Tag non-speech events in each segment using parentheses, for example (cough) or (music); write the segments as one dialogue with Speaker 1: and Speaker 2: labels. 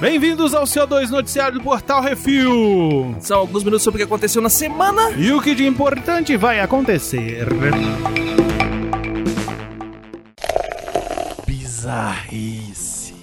Speaker 1: Bem-vindos ao CO2 Noticiário do Portal Refil.
Speaker 2: São alguns minutos sobre o que aconteceu na semana.
Speaker 1: E o que de importante vai acontecer?
Speaker 2: Bizarrice.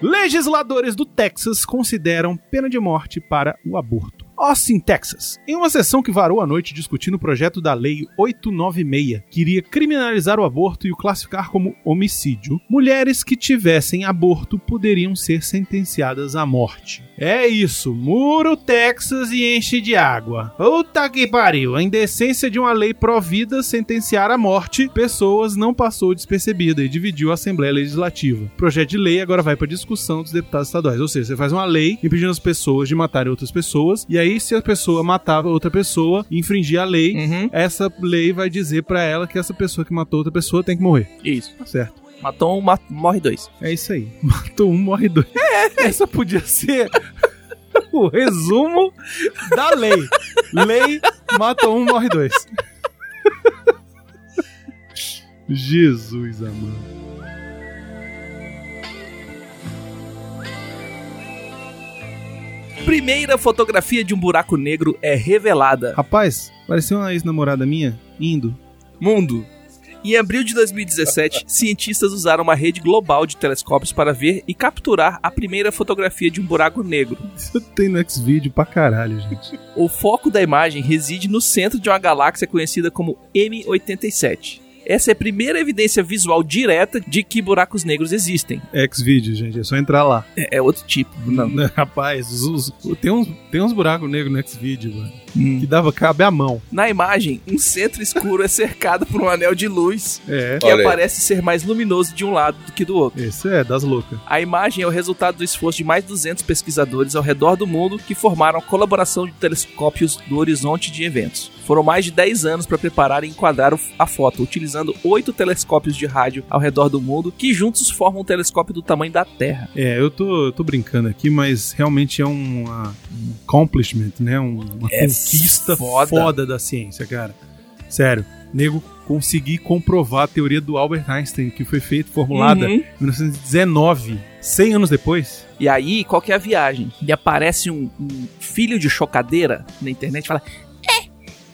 Speaker 1: Legisladores do Texas consideram pena de morte para o aborto. Austin, Texas, em uma sessão que varou a noite discutindo o projeto da Lei 896, que iria criminalizar o aborto e o classificar como homicídio, mulheres que tivessem aborto poderiam ser sentenciadas à morte. É isso, muro Texas e enche de água. Puta que pariu, a indecência de uma lei pró-vida sentenciar à morte pessoas não passou despercebida e dividiu a Assembleia Legislativa. O projeto de lei agora vai para discussão dos deputados estaduais, ou seja, você faz uma lei impedindo as pessoas de matarem outras pessoas, e aí aí se a pessoa matar outra pessoa, infringir a lei,
Speaker 2: Uhum.
Speaker 1: essa lei vai dizer pra ela que essa pessoa que matou outra pessoa tem que morrer.
Speaker 2: Isso.
Speaker 1: Tá certo.
Speaker 2: Matou um, ma- morre dois.
Speaker 1: É isso aí. (laughs) Matou um, morre dois. Essa É, podia ser o resumo da lei. Lei mata um, morre dois. Jesus amado.
Speaker 2: Primeira fotografia de um buraco negro é revelada.
Speaker 1: Rapaz, parecia uma ex-namorada minha indo.
Speaker 2: Mundo. Em abril de 2017, cientistas usaram uma rede global de telescópios para ver e capturar a primeira fotografia de um buraco negro.
Speaker 1: Isso tem no X-Video pra caralho, gente.
Speaker 2: O foco da imagem reside no centro de uma galáxia conhecida como M87. Essa é a primeira evidência visual direta de que buracos negros existem.
Speaker 1: X-Video, gente. É só entrar lá.
Speaker 2: É, é outro tipo, não.
Speaker 1: Né, (laughs) Rapaz, os- os- tem, uns, tem uns buracos negros no X-Video, mano.
Speaker 2: Hum.
Speaker 1: Que dava, cabe a mão.
Speaker 2: Na imagem, um centro escuro é cercado por um anel de luz
Speaker 1: É.
Speaker 2: que
Speaker 3: Olha aí.
Speaker 2: aparece ser mais luminoso de um lado do que do outro.
Speaker 1: Esse é das loucas.
Speaker 2: A imagem é o resultado do esforço de mais 200 pesquisadores ao redor do mundo que formaram a colaboração de telescópios do horizonte de eventos. Foram mais de 10 anos para preparar e enquadrar o- a foto, utilizando oito telescópios de rádio ao redor do mundo, que juntos formam um telescópio do tamanho da Terra.
Speaker 1: É, eu tô, eu tô brincando aqui, mas realmente é um, ah, um accomplishment, né? Um- Uma
Speaker 2: É
Speaker 1: conquista
Speaker 2: foda.
Speaker 1: foda. da ciência, cara. Sério, nego consegui comprovar a teoria do Albert Einstein, que foi feita, formulada em
Speaker 2: Uhum.
Speaker 1: 1919, 100 anos depois.
Speaker 2: E aí, qual que é a viagem? E aparece um, um filho de chocadeira na internet e fala: É,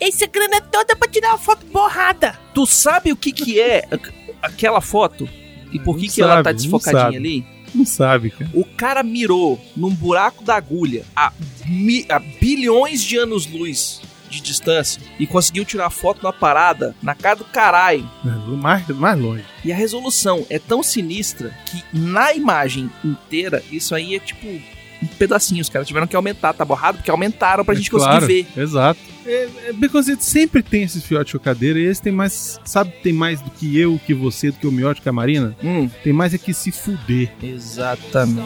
Speaker 2: essa grana toda pra tirar uma foto borrada. Tu sabe o que, que é a- aquela foto? E por
Speaker 1: Não
Speaker 2: que, que ela tá
Speaker 1: sabe, não
Speaker 2: desfocadinha
Speaker 1: sabe.
Speaker 2: ali?
Speaker 1: Não sabe, cara.
Speaker 2: O cara mirou num buraco da agulha a, mi- a bilhões de anos-luz de distância e conseguiu tirar foto na parada na cara do caralho.
Speaker 1: É, Mais, mais longe.
Speaker 2: E a resolução é tão sinistra que na imagem inteira, isso aí é tipo um pedacinho. Os caras tiveram que aumentar, tá borrado? Porque aumentaram pra
Speaker 1: É
Speaker 2: gente
Speaker 1: claro.
Speaker 2: conseguir ver.
Speaker 1: Exato. É, é, because it sempre tem esses fiote de chocadeira e esse tem mais, sabe, tem mais do que eu, que você, do que o miote que a Marina?
Speaker 2: Hum,
Speaker 1: Tem mais é que se fuder.
Speaker 2: exatamente.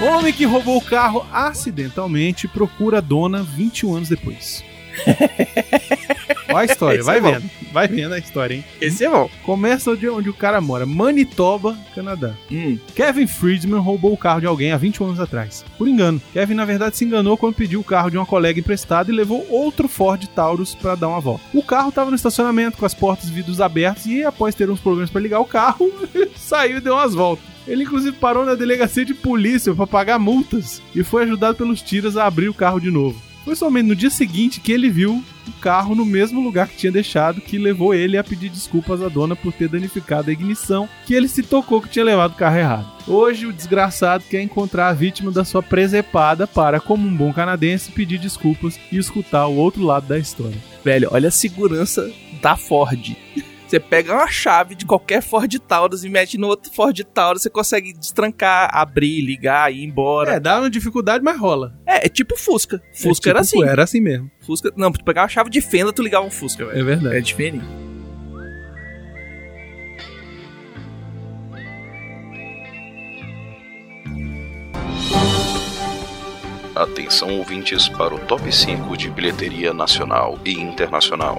Speaker 1: Homem que roubou o carro acidentalmente procura a dona 21 anos depois.
Speaker 2: (laughs)
Speaker 1: Olha a história,
Speaker 2: Esse
Speaker 1: vai
Speaker 2: é bom.
Speaker 1: vendo. Vai vendo a história, hein?
Speaker 2: Esse é bom.
Speaker 1: Começa onde, onde o cara mora, Manitoba, Canadá.
Speaker 2: Hum,
Speaker 1: Kevin Friedman roubou o carro de alguém há 21 anos atrás. Por engano, Kevin na verdade se enganou quando pediu o carro de uma colega emprestado e levou outro Ford Taurus para dar uma volta. O carro estava no estacionamento com as portas e vidros abertos e após ter uns problemas para ligar o carro, (laughs) saiu e deu umas voltas. Ele inclusive parou na delegacia de polícia para pagar multas e foi ajudado pelos tiras a abrir o carro de novo. Foi somente no dia seguinte que ele viu o carro no mesmo lugar que tinha deixado, que levou ele a pedir desculpas à dona por ter danificado a ignição, que ele se tocou que tinha levado o carro errado. Hoje, o desgraçado quer encontrar a vítima da sua presepada para, como um bom canadense, pedir desculpas e escutar o outro lado da história.
Speaker 2: velho, olha a segurança da Ford. Você pega uma chave de qualquer Ford Taurus e mete no outro Ford Taurus, você consegue destrancar, abrir, ligar, ir embora.
Speaker 1: É, dá uma dificuldade, mas rola.
Speaker 2: É, é tipo Fusca. Fusca
Speaker 1: É tipo,
Speaker 2: era assim.
Speaker 1: Era assim mesmo.
Speaker 2: Fusca, não, tu pegava uma chave de fenda, tu ligava um Fusca, velho.
Speaker 1: É verdade.
Speaker 2: É diferente.
Speaker 3: Atenção ouvintes para o top 5 de bilheteria nacional e internacional.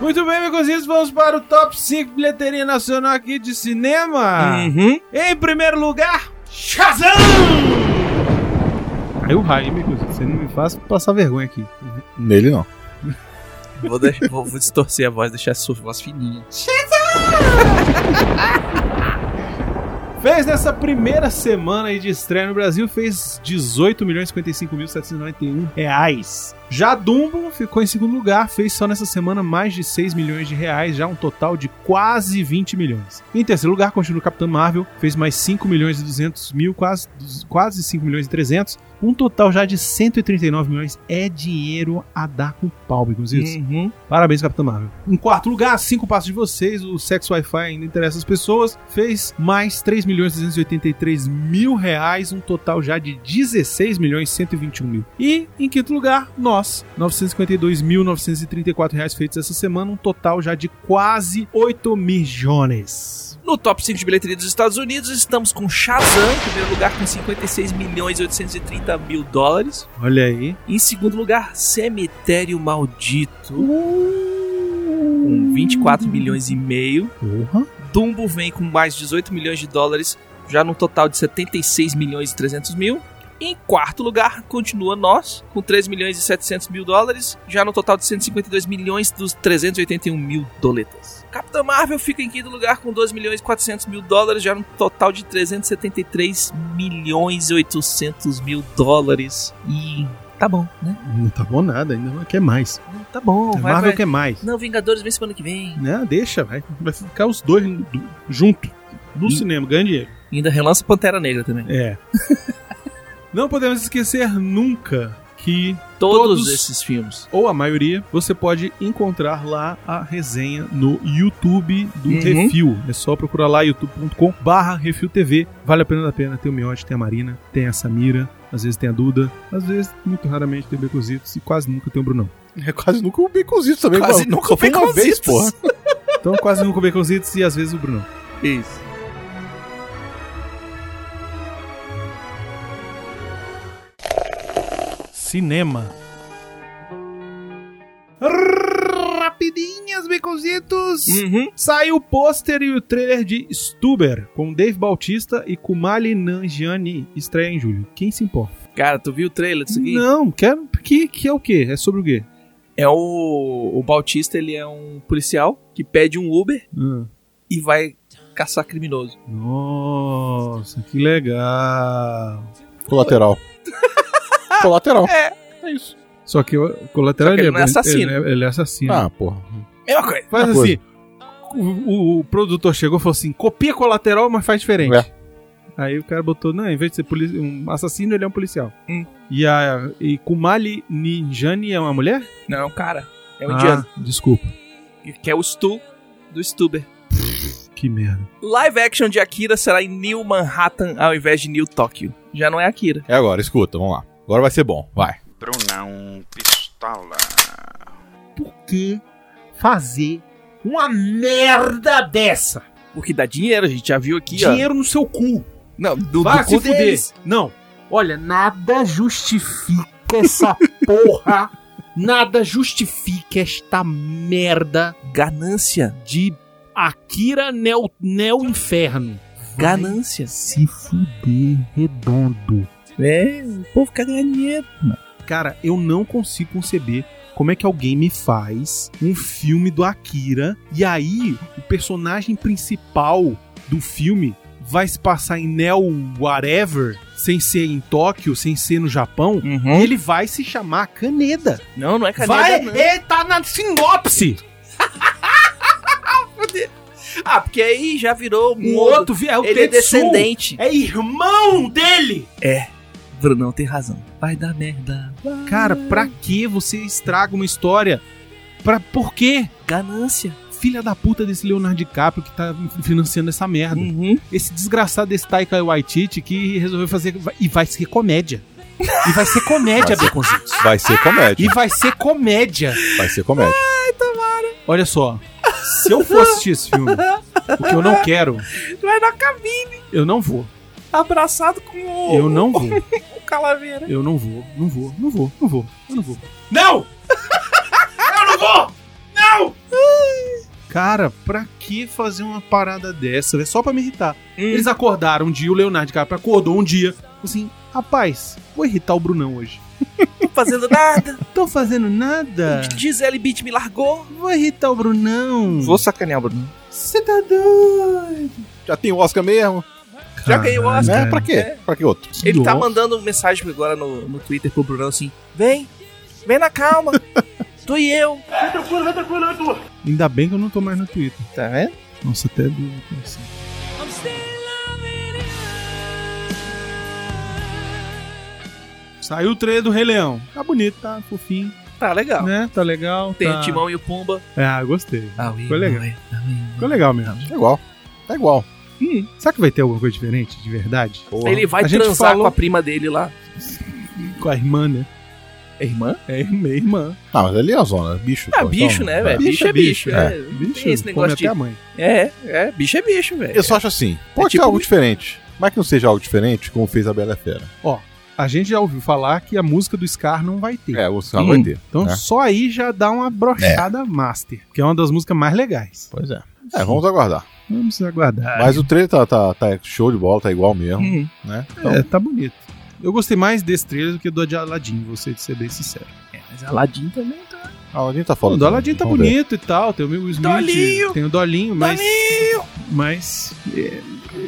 Speaker 1: Muito bem, meus cozinhos, vamos para o top 5 bilheteria nacional aqui de cinema.
Speaker 2: Uhum.
Speaker 1: Em primeiro lugar, Shazam! Caiu o raio, hein, Miguel? Você não me faz passar vergonha aqui.
Speaker 4: Nele não.
Speaker 2: Vou, deix- vou- vou distorcer a voz, deixar a sua voz fininha.
Speaker 1: Fez nessa primeira semana aí de estreia no Brasil, fez 18.055.791 reais. Já Dumbo ficou em segundo lugar, fez só nessa semana mais de 6 milhões de reais, já um total de quase 20 milhões. Em terceiro lugar, continua o Capitão Marvel, fez mais 5 milhões e 200 mil, quase, quase 5 milhões e 300, um total já de 139 milhões. É dinheiro a dar com pau, Biguzito.
Speaker 2: Uhum.
Speaker 1: Parabéns, Capitão Marvel. Em quarto lugar, cinco passos de vocês, o Sexo Wi-Fi ainda interessa as pessoas. Fez mais 3 milhões mil reais, um total já de 16 milhões mil. E em quinto lugar, nós, 952.934 reais feitos essa semana, um total já de quase 8 milhões.
Speaker 2: No top 5 de bilheteria dos Estados Unidos, estamos com Shazam, em primeiro lugar, com 56 milhões e 830 mil dólares.
Speaker 1: Olha aí.
Speaker 2: Em segundo lugar, Cemitério Maldito, com 24 milhões Um e meio.
Speaker 1: Porra.
Speaker 2: Dumbo vem com mais 18 milhões de dólares, já no total de 76 milhões e 300 mil. Em quarto lugar, continua Nós, com 3 milhões e 700 mil dólares, já no total de 152 milhões dos 381 mil doletas. Capitã Marvel fica em quinto lugar com 12 milhões e 400 mil dólares, já no total de 373 milhões e 800 mil dólares. E tá bom, né?
Speaker 1: Não tá bom nada, ainda não quer mais.
Speaker 2: Tá bom, vai,
Speaker 1: É, Marvel
Speaker 2: vai.
Speaker 1: quer mais.
Speaker 2: Não, Vingadores vem semana que vem.
Speaker 1: Não, Né? deixa, vai. Vai ficar os dois do- junto. No
Speaker 2: Ih.
Speaker 1: cinema, ganha dinheiro.
Speaker 2: E ainda relança Pantera Negra também.
Speaker 1: É. (laughs) Não podemos esquecer nunca que,
Speaker 2: Todos,
Speaker 1: Todos-
Speaker 2: esses filmes.
Speaker 1: ou a maioria, você pode encontrar lá a resenha no YouTube do
Speaker 2: Uhum.
Speaker 1: Refil. É só procurar lá youtube.com barra Refil TV. Vale a pena da pena. Tem o Miote, tem a Marina, tem a Samira, às vezes tem a Duda, às vezes, muito raramente, tem o Becositos e quase nunca tem o Brunão.
Speaker 4: É quase nunca o Baconzitos também.
Speaker 2: Quase
Speaker 4: mano.
Speaker 2: nunca
Speaker 4: Só
Speaker 2: o
Speaker 4: foi uma vez,
Speaker 2: Baconzitos.
Speaker 4: porra.
Speaker 1: Então quase nunca o Becositos e às vezes o Brunão.
Speaker 2: Isso.
Speaker 1: Cinema. Rapidinhas, Becositos!
Speaker 2: Uhum.
Speaker 1: Saiu o pôster e o trailer de Stuber, com Dave Bautista e Kumali Nanjiani, estreia em julho. Quem se importa?
Speaker 2: Cara, tu viu o trailer disso aqui?
Speaker 1: Não, quero. Que, que é o quê? É sobre o quê?
Speaker 2: É o, o Bautista, ele é um policial que pede um Uber
Speaker 1: Ah,
Speaker 2: e vai caçar criminoso.
Speaker 1: Nossa, que legal.
Speaker 2: (laughs)
Speaker 4: Colateral. Colateral. É. É isso.
Speaker 1: Só que o colateral
Speaker 2: Só que ele
Speaker 1: ele,
Speaker 2: não é assassino.
Speaker 1: Ele é, ele é assassino.
Speaker 4: Ah, porra.
Speaker 2: Mesma coisa.
Speaker 1: faz
Speaker 4: outra
Speaker 1: assim. O, o produtor chegou e falou assim: copia colateral, mas faz diferente.
Speaker 4: É.
Speaker 1: Aí o cara botou, não, em vez de ser polici- um assassino, ele é um policial.
Speaker 2: Hum.
Speaker 1: E, a, e Kumali Ninjani é uma mulher?
Speaker 2: Não, é um cara. É um
Speaker 1: Ah,
Speaker 2: indiano.
Speaker 1: Desculpa.
Speaker 2: Que é o Stu do Stuber.
Speaker 1: Que merda.
Speaker 2: Live action de Akira será em New Manhattan ao invés de New Tóquio. Já não é Akira.
Speaker 4: É agora, escuta, vamos lá. Agora vai ser bom, vai.
Speaker 3: Brunão Pistola.
Speaker 1: Por que fazer uma merda dessa?
Speaker 2: Porque dá dinheiro, a gente já viu aqui, ó.
Speaker 1: Dinheiro no seu cu.
Speaker 2: Não, do,
Speaker 1: Vá
Speaker 2: do
Speaker 1: se
Speaker 2: cu
Speaker 1: fuder.
Speaker 2: deles.
Speaker 1: Não. Olha, nada justifica essa (laughs) porra. Nada justifica esta merda
Speaker 2: Ganância.
Speaker 1: de Akira Neo, Neo Inferno.
Speaker 2: Ganância.
Speaker 1: Se fuder redondo.
Speaker 2: É, o povo quer ganhar dinheiro.
Speaker 1: Cara, eu não consigo conceber como é que alguém me faz um filme do Akira e aí o personagem principal do filme vai se passar em Neo Whatever, sem ser em Tóquio, sem ser no Japão.
Speaker 2: Uhum.
Speaker 1: Ele vai se chamar Caneda.
Speaker 2: Não, não é caneta.
Speaker 1: vai,
Speaker 2: não.
Speaker 1: ele tá na sinopse.
Speaker 2: Ah, porque aí já virou
Speaker 1: O
Speaker 2: mundo.
Speaker 1: outro vi- é o
Speaker 2: Um Ele é
Speaker 1: Tetsu.
Speaker 2: descendente.
Speaker 1: É irmão dele.
Speaker 2: Brunão tem razão. Vai dar merda. Vai.
Speaker 1: Cara, pra que você estraga uma história? Pra por quê?
Speaker 2: Ganância.
Speaker 1: Filha da puta desse Leonardo DiCaprio que tá financiando essa merda.
Speaker 2: Uhum.
Speaker 1: esse desgraçado desse Taika Waititi que resolveu fazer. E vai ser comédia. E vai ser comédia, Beconzitos.
Speaker 4: Vai ser
Speaker 1: E
Speaker 4: comédia.
Speaker 1: vai ser comédia.
Speaker 4: Vai ser comédia.
Speaker 1: Olha só. Se eu for assistir esse filme, o que eu não quero,
Speaker 2: Vai na cabine.
Speaker 1: eu não vou.
Speaker 2: Abraçado com o,
Speaker 1: Eu não vou.
Speaker 2: o calaveira.
Speaker 1: Eu não vou. Não vou. Não vou. Não vou. Eu não vou.
Speaker 2: Não!
Speaker 1: Cara, pra que fazer uma parada dessa? É só pra me irritar. Eles acordaram um dia, o Leonardo DiCaprio acordou um dia, Assim, rapaz, vou irritar o Brunão hoje.
Speaker 2: Tô fazendo nada.
Speaker 1: Tô fazendo nada.
Speaker 2: Gisele Beat me largou.
Speaker 1: Vou irritar o Brunão.
Speaker 2: Vou sacanear o Bruno.
Speaker 1: Você tá doido.
Speaker 4: Já tem o Oscar mesmo.
Speaker 2: Já ganhei o Oscar.
Speaker 4: Né?
Speaker 1: Caralho,
Speaker 4: Pra quê?
Speaker 2: É.
Speaker 4: Pra que outro?
Speaker 1: que
Speaker 2: Ele tá
Speaker 1: Oscar.
Speaker 2: mandando mensagem agora no, no Twitter pro Brunão assim: vem, vem na calma. Tu e eu.
Speaker 1: Ainda bem que eu não tô mais no Twitter.
Speaker 2: Tá vendo?
Speaker 1: Nossa, até doeu. assim. Saiu o trailer do Rei Leão. Tá bonito, tá fofinho,
Speaker 2: Tá legal.
Speaker 1: né? Tá legal.
Speaker 2: Tem
Speaker 1: tá...
Speaker 2: o Timão e o Pumba.
Speaker 1: Ah, gostei.
Speaker 2: Ah,
Speaker 1: Foi legal. Ficou legal mesmo.
Speaker 4: É igual. É igual.
Speaker 1: Será que vai ter alguma coisa diferente, de verdade?
Speaker 4: Porra.
Speaker 2: Ele vai
Speaker 1: A gente
Speaker 2: transar
Speaker 1: falou-
Speaker 2: com a prima dele lá.
Speaker 1: Com a irmã, né?
Speaker 2: É irmã?
Speaker 1: É minha irmã.
Speaker 4: Ah, mas ali é a zona. Bicho.
Speaker 2: Ah,
Speaker 4: pô,
Speaker 2: bicho,
Speaker 4: então-
Speaker 2: né,
Speaker 4: é.
Speaker 2: velho? Bicho é bicho. É, Não
Speaker 1: Bicho,
Speaker 2: tem esse
Speaker 1: come
Speaker 2: negócio de.
Speaker 1: até a mãe.
Speaker 2: É, é, bicho é bicho, velho.
Speaker 4: Eu só acho assim. Pode
Speaker 2: tipo-
Speaker 4: ser algo diferente. Mas que não seja algo diferente, como fez a Bela Fera.
Speaker 1: A gente já ouviu falar que a música do Scar não vai ter.
Speaker 4: É, o Oscar vai
Speaker 2: Hum.
Speaker 4: ter.
Speaker 1: Então
Speaker 4: né?
Speaker 1: só aí já dá uma brochada master, que é uma das músicas mais legais.
Speaker 4: Pois é. É, vamos aguardar.
Speaker 1: Vamos aguardar.
Speaker 4: Mas o trailer tá, tá, tá show de bola, tá igual mesmo,
Speaker 2: Hum.
Speaker 4: né? Então,
Speaker 1: É, tá bonito. Eu gostei mais desse trailer do que do de Aladdin, vou ser, ser bem sincero.
Speaker 2: É, Mas Aladdin também tá.
Speaker 4: a Aladdin tá foda.
Speaker 1: o do
Speaker 4: também,
Speaker 1: Aladdin tá
Speaker 4: vamos ver.
Speaker 1: bonito e tal, tem o Will Smith,
Speaker 2: Dolinho!
Speaker 1: tem o Dolinho, mas, mas é,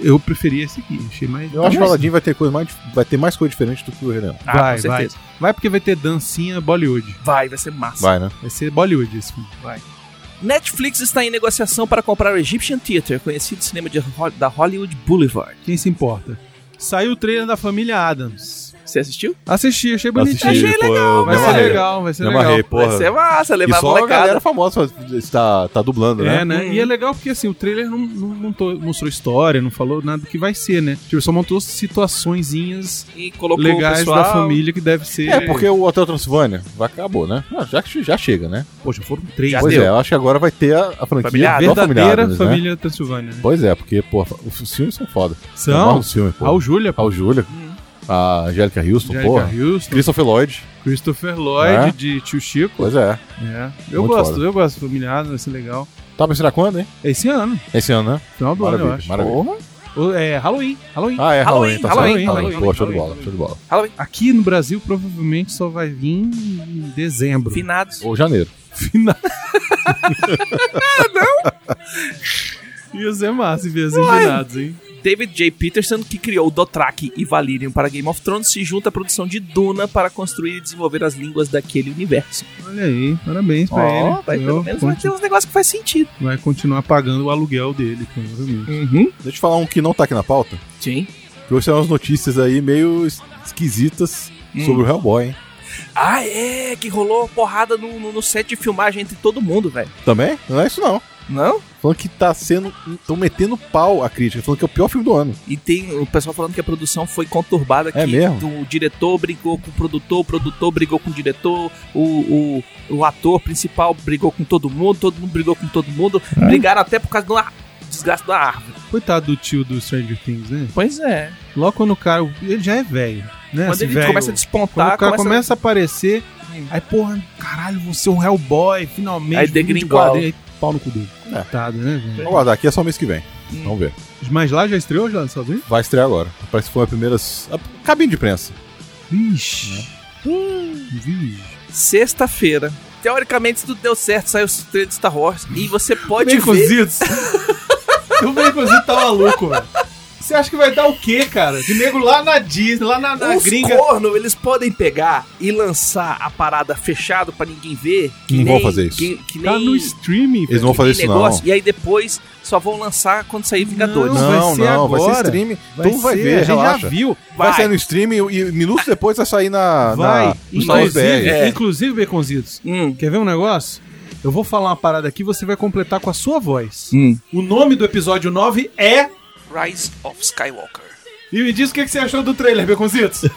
Speaker 1: eu preferi esse aqui, achei mais...
Speaker 4: Eu acho que o
Speaker 1: mais-
Speaker 4: Aladdin vai ter, coisa mais, vai ter mais coisa diferente do que o Rei Leão.
Speaker 2: Ah,
Speaker 1: Vai,
Speaker 2: com certeza.
Speaker 1: Vai porque vai ter dancinha Bollywood,
Speaker 2: Vai. vai, ser massa.
Speaker 4: Vai, né?
Speaker 1: vai ser Bollywood esse filme.
Speaker 2: Netflix está em negociação para comprar o Egyptian Theater, conhecido cinema de Ho- da Hollywood Boulevard.
Speaker 1: Quem se importa? Saiu o trailer da família Adams.
Speaker 2: Você assistiu?
Speaker 1: Assisti, achei bonitinho.
Speaker 2: Achei legal,
Speaker 1: Vai
Speaker 2: me
Speaker 1: ser
Speaker 2: amarrei.
Speaker 1: legal, vai ser
Speaker 4: Me
Speaker 1: legal.
Speaker 4: amarrei, né?
Speaker 2: Vai
Speaker 4: porra.
Speaker 2: ser massa,
Speaker 4: E
Speaker 2: levar a
Speaker 4: só a galera
Speaker 2: molecada.
Speaker 4: famosa está, tá dublando, né?
Speaker 1: É, né?
Speaker 2: Uhum.
Speaker 1: E é legal porque assim, o trailer não, não montou- mostrou história, não falou nada do que vai ser, né? Tipo, só montou situaçõezinhas
Speaker 2: E colocou o
Speaker 1: legais
Speaker 2: pessoal.
Speaker 1: da família que deve ser.
Speaker 4: É, porque o Hotel Transilvânia vai- acabou, né? Ah, já, já chega, né?
Speaker 1: Poxa, foram três.
Speaker 2: Já
Speaker 4: pois
Speaker 2: deu.
Speaker 4: é, eu acho que agora vai ter a, a franquia
Speaker 2: Família
Speaker 4: da
Speaker 2: Adams.
Speaker 1: Verdadeira
Speaker 4: Adams, né?
Speaker 1: família Transilvânia, né?
Speaker 4: Pois é, porque, pô, os filmes são foda. Eu
Speaker 1: São
Speaker 4: amava os filmes, pô.
Speaker 1: Raul Júlia,
Speaker 4: Raul Júlia,
Speaker 2: Hum.
Speaker 4: a Angélica Houston,
Speaker 1: Angélica
Speaker 4: porra.
Speaker 1: Houston,
Speaker 4: Christopher Lloyd.
Speaker 1: Christopher Lloyd
Speaker 4: É.
Speaker 1: de Tio Chico.
Speaker 4: Pois é.
Speaker 1: É. Eu
Speaker 4: Muito
Speaker 1: gosto,
Speaker 4: foda.
Speaker 1: eu gosto. Família Adams, vai ser legal.
Speaker 4: Tá pensando a quando, hein?
Speaker 1: É esse ano,
Speaker 4: Esse ano, né?
Speaker 1: final do ano, Tá eu acho.
Speaker 4: maravilha.
Speaker 1: Ou- É Halloween, Halloween.
Speaker 4: Ah, é, Halloween, tá
Speaker 2: Halloween,
Speaker 4: certo.
Speaker 1: Halloween,
Speaker 4: Pô, show de
Speaker 1: Halloween.
Speaker 4: bola, show de bola.
Speaker 2: Halloween.
Speaker 1: Aqui no Brasil provavelmente só vai vir em dezembro.
Speaker 2: Finados.
Speaker 4: Ou janeiro.
Speaker 1: Final. não? Ia ser massa ver as enginadas, hein?
Speaker 2: David J. Peterson, que criou Dothraki e Valyrian para Game of Thrones, se junta à produção de Duna para construir e desenvolver as línguas daquele universo.
Speaker 1: Olha aí, parabéns pra
Speaker 2: Ó,
Speaker 1: ele.
Speaker 2: vai, pelo
Speaker 1: Eu-
Speaker 2: menos vai
Speaker 1: conti-
Speaker 2: ter uns negócios que faz sentido.
Speaker 4: um
Speaker 1: vai continuar pagando o aluguel dele, provavelmente.
Speaker 2: Uhum.
Speaker 4: Deixa eu falar um que não tá aqui na pauta.
Speaker 2: Sim.
Speaker 4: Que hoje são umas notícias aí meio es- esquisitas
Speaker 2: Hum.
Speaker 4: sobre o Hellboy, hein?
Speaker 2: Ah, é, que rolou porrada no, no- no set de filmagem entre todo mundo, velho.
Speaker 4: Também? Não é isso não.
Speaker 2: Não?
Speaker 4: Falando que tá sendo. Estão metendo pau a crítica, falando que é o pior filme do ano.
Speaker 2: E tem o pessoal falando que a produção foi conturbada,
Speaker 4: É
Speaker 2: que
Speaker 4: mesmo?
Speaker 2: o diretor brigou com o produtor, o produtor brigou com o diretor, o, o, o ator principal brigou com todo mundo, todo mundo brigou com todo mundo,
Speaker 1: É?
Speaker 2: brigaram até por causa do ar- desgaste da árvore.
Speaker 1: Coitado do tio do Stranger Things, né?
Speaker 2: Pois é.
Speaker 1: Logo quando o cara. Ele já é velho, né?
Speaker 2: Quando
Speaker 1: Esse
Speaker 2: ele
Speaker 1: velho-
Speaker 2: começa a
Speaker 1: quando
Speaker 2: despontar,
Speaker 1: o cara
Speaker 2: começa,
Speaker 1: começa a aparecer,
Speaker 2: Hum.
Speaker 1: aí, porra, caralho, você é um Hellboy, finalmente. filme
Speaker 2: Aí
Speaker 1: de
Speaker 2: degringola.
Speaker 1: quadrinho, Aí, pau no cu dele.
Speaker 4: É.
Speaker 1: Coitado, né, velho?
Speaker 4: Vamos aguardar, aqui é só mês que vem.
Speaker 2: Hum.
Speaker 4: Vamos ver.
Speaker 1: Mas lá já estreou já nos Estados Unidos?
Speaker 4: Vai estrear agora. Parece que foi a primeira. a- Cabine de imprensa.
Speaker 1: Vixe.
Speaker 4: É.
Speaker 1: Vixe.
Speaker 2: sexta-feira. Teoricamente, se tudo deu certo, saiu o trailer de Star Wars e você pode
Speaker 1: Bacon
Speaker 2: ver. (laughs)
Speaker 1: Zitos. o Baconzitos tá maluco, velho. Você acha que vai dar o quê, cara? De nego lá na Disney, lá na, na
Speaker 2: Os
Speaker 1: gringa.
Speaker 2: corno, eles podem pegar e lançar a parada fechado pra ninguém ver. Que
Speaker 4: Não
Speaker 2: nem,
Speaker 4: vão fazer isso.
Speaker 2: Que, que nem,
Speaker 1: Tá no streaming,
Speaker 4: Eles
Speaker 1: velho.
Speaker 4: não vão fazer isso, não.
Speaker 2: E aí depois só vão lançar quando sair Vingadores.
Speaker 1: Não, vai
Speaker 4: Não,
Speaker 1: ser
Speaker 4: não, vai ser
Speaker 1: agora.
Speaker 4: streaming. Todo mundo vai
Speaker 1: ser,
Speaker 4: ver,
Speaker 1: a gente
Speaker 4: relaxa.
Speaker 1: já viu.
Speaker 4: Vai.
Speaker 2: Vai.
Speaker 4: sair no streaming e, e minutos depois vai sair na.
Speaker 1: Vai.
Speaker 4: Tá na no Star Wars
Speaker 1: Inclusive,
Speaker 4: BR.
Speaker 1: é. inclusive, Baconzitos,
Speaker 2: Hum.
Speaker 1: quer ver um negócio? Eu vou falar uma parada aqui você vai completar com a sua voz. O nome do episódio 9 é...
Speaker 2: hum. Rise of Skywalker.
Speaker 1: E me diz o que que você achou do trailer, Baconzitos.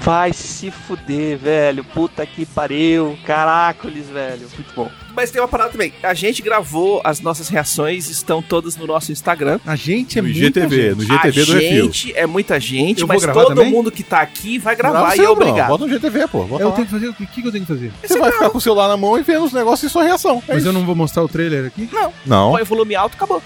Speaker 5: Vai se fuder, velho. Puta que pariu. Caracoles, velho. Muito bom.
Speaker 2: Mas tem uma parada também. A gente gravou, as nossas reações estão todas no nosso Instagram.
Speaker 1: A gente é
Speaker 4: No
Speaker 1: muito...
Speaker 4: IGTV, no IGTV do
Speaker 2: a
Speaker 4: Refil.
Speaker 2: gente é muita gente,
Speaker 1: Eu vou
Speaker 2: mas
Speaker 1: gravar
Speaker 2: todo
Speaker 1: também?
Speaker 2: mundo que tá aqui vai
Speaker 4: Não,
Speaker 2: gravar
Speaker 4: você
Speaker 2: e é
Speaker 4: não,
Speaker 2: obrigado.
Speaker 4: Bota no GTV, pô. Bota
Speaker 1: Eu
Speaker 4: lá.
Speaker 1: tenho que fazer... O que que eu tenho que fazer?
Speaker 4: Você vai ficar com o celular na mão e vendo os negócios e sua reação. É
Speaker 1: Mas eu
Speaker 4: isso.
Speaker 1: não vou mostrar o trailer aqui?
Speaker 4: Não,
Speaker 2: Põe o volume alto, acabou.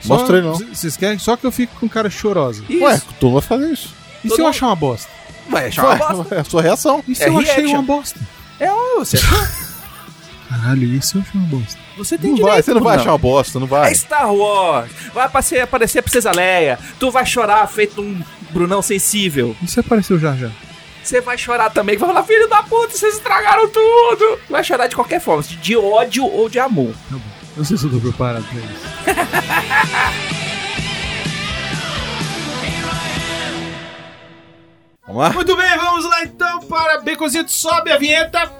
Speaker 1: Só-
Speaker 4: mostra ele não.
Speaker 1: c- Vocês querem? Só que eu fico com cara chorosa.
Speaker 2: Isso.
Speaker 4: Ué, tu não vai fazer isso.
Speaker 1: E
Speaker 2: Todo
Speaker 1: se eu
Speaker 2: mundo-
Speaker 1: achar uma bosta?
Speaker 2: Vai achar uma bosta.
Speaker 4: É a sua reação.
Speaker 1: E se
Speaker 2: É
Speaker 1: eu achei
Speaker 2: reaction.
Speaker 1: uma bosta?
Speaker 2: Você,
Speaker 1: Caralho, e se eu achei uma bosta?
Speaker 2: você tem
Speaker 4: É, Não
Speaker 2: é direito.
Speaker 4: vai, você não vai
Speaker 2: Brunão.
Speaker 4: achar uma bosta, não vai.
Speaker 2: É Star Wars. Vai aparecer, aparecer a Princesa Leia. Tu vai chorar feito um Brunão sensível.
Speaker 1: E se apareceu já já?
Speaker 2: Você vai chorar também. Vai falar, filho da puta, vocês estragaram tudo. Vai chorar de qualquer forma, de ódio ou de amor.
Speaker 1: Não sei se eu tô preparado pra isso.
Speaker 4: Vamos lá?
Speaker 1: Muito bem, vamos lá então para Becozito, sobe a vinheta.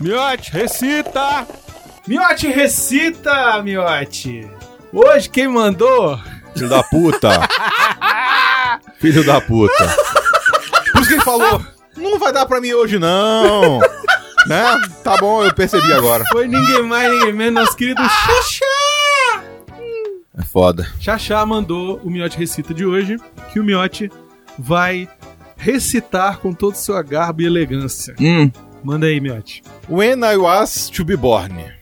Speaker 1: Miote, recita. Miote, recita, Miote. Hoje quem mandou
Speaker 4: Filho da puta. Filho da puta. Por isso que ele falou, não vai dar pra mim hoje não. né? Tá bom, eu percebi agora.
Speaker 1: foi ninguém mais, ninguém menos, nosso querido Xaxá.
Speaker 4: É foda.
Speaker 1: Xaxá mandou o Miote Recita de hoje, que o Miote vai recitar com todo o seu agarbo e elegância.
Speaker 2: Hum.
Speaker 1: Manda aí, Miote.
Speaker 4: When I was to be born.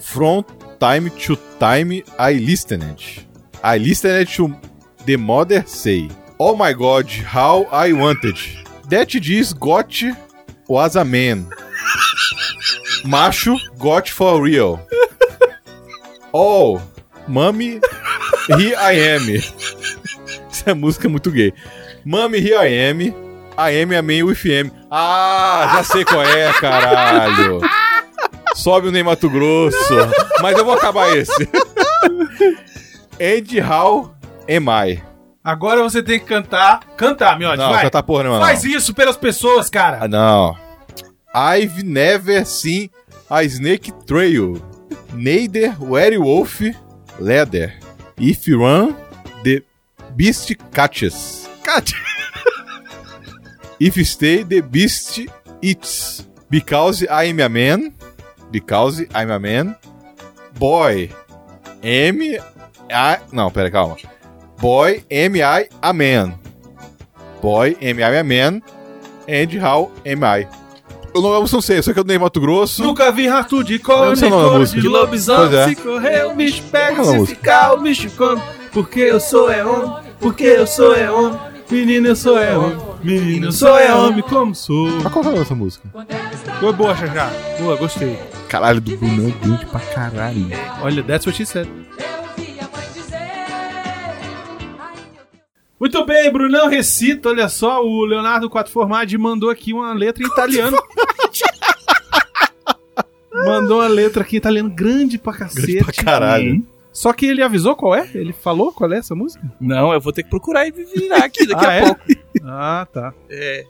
Speaker 4: From time to time I listened. I listened to the mother say. Oh my god, how I wanted. That this got was a man. Macho got for real. Oh, mommy, here I am. Essa música é muito gay. Mommy, here I am. I am a man with M. Ah, já sei qual é, caralho. Sobe o Ney Mato Grosso. Mas eu vou acabar esse. And how am I?
Speaker 1: Agora você tem que cantar. Cantar, Miote,
Speaker 4: Não,
Speaker 1: vai.
Speaker 4: já tá porra nenhuma, não.
Speaker 1: Faz isso pelas pessoas, cara.
Speaker 4: Ah, não. I've never seen a snake trail. Neither werewolf leather. If you run, the beast catches. Catch. If you stay, the beast eats. Because I'm a man. Because I'm a man. Boy. M. I. Não, pera, calma. Boy, M. I. A man. Boy, M. I. A man. And how am I? Eu não, eu não sei, só que eu dei Mato Grosso.
Speaker 1: Nunca vi rato de
Speaker 4: Eu
Speaker 1: cone,
Speaker 4: não sei o nome da
Speaker 1: cor
Speaker 4: música.
Speaker 1: de lobisomem.
Speaker 4: Pois é.
Speaker 1: Se correr, o bicho pega,
Speaker 4: Qual é a
Speaker 1: se
Speaker 4: música?
Speaker 1: ficar, o bicho come. Porque eu sou é homem, porque eu sou é homem. Menino, eu sou é homem. Menino, eu sou é homem, como sou.
Speaker 4: Mas qual é essa música?
Speaker 1: Foi boa, Xaxá. Boa, gostei.
Speaker 4: Caralho, do Brunão é grande pra caralho.
Speaker 1: Olha, that's what she said.
Speaker 6: Eu ouvi a mãe dizer. Ai, meu Deus.
Speaker 1: Muito bem, Brunão recita. Olha só, o Leonardo Quatro Formaggi mandou aqui uma letra em italiano. mandou uma letra aqui em italiano grande pra cacete.
Speaker 4: Grande pra caralho.
Speaker 2: Hum.
Speaker 1: Só que ele avisou qual é? Ele falou qual é essa música?
Speaker 2: Não, eu vou ter que procurar e virar aqui daqui (laughs)
Speaker 1: Ah,
Speaker 2: a
Speaker 1: é?
Speaker 2: pouco.
Speaker 1: Ah, tá.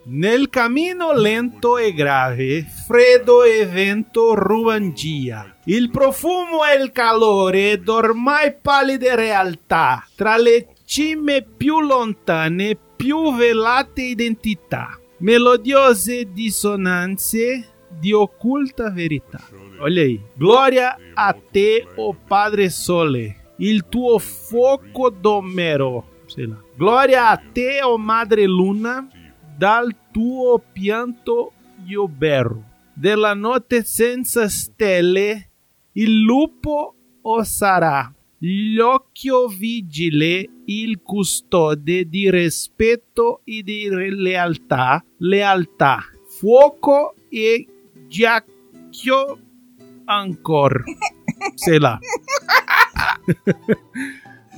Speaker 1: Nel camino lento e grave, freddo e vento ruban dia. Il profumo e il calore d'ormai pallide realtà, tra le cime più lontane, più velate identità, melodiose dissonanze di occulta verità. Olha aí. Glória a te, o Padre Sole, il tuo fuoco d'omero. Sei lá. Glória a te, o Madre Luna, dal tuo pianto io berro. Della notte senza stelle, il lupo o sarà. L'occhio vigile, il custode di rispetto e di lealtà, lealtà, fuoco e giacchio ancora. Sei là.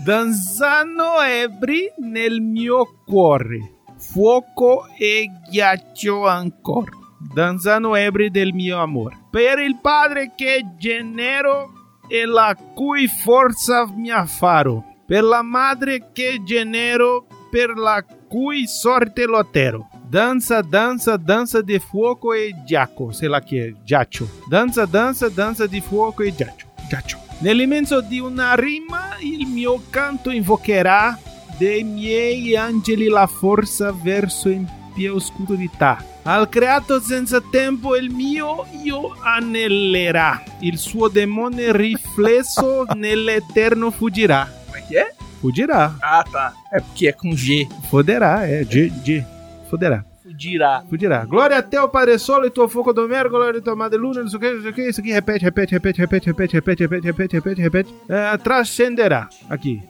Speaker 1: Danzano ebri nel mio cuore, fuoco e ghiaccio ancora. Danzano ebri del mio amore. Per il padre che genero e la cui forza mi affaro. Per la madre che genero, per la cui sorte lottero. Danza, danza, danza di fuoco e giacco. Sei là che è, giaccio. Danza, danza, danza di fuoco e giaccio. Giaccio. Nell'immenso di una rima il mio canto invocherà dei miei angeli la forza verso in pia oscurità. Al creato senza tempo il mio io anellerà, il suo demone riflesso nell'eterno fuggirà.
Speaker 2: Como é que é?
Speaker 1: Fuggirà,
Speaker 2: Ah, tá. É porque é com G.
Speaker 1: foderá, é, de, de, foderá.
Speaker 2: Fudirá.
Speaker 1: Fudirá. Glória a Teu, Padre Solo, e tua foco do mero, glória a Tua Madre Luna, não sei o que, não sei o que, isso aqui, repete, repete, repete, repete, repete, repete, repete, repete, repete, repete. É, transcenderá. Aqui.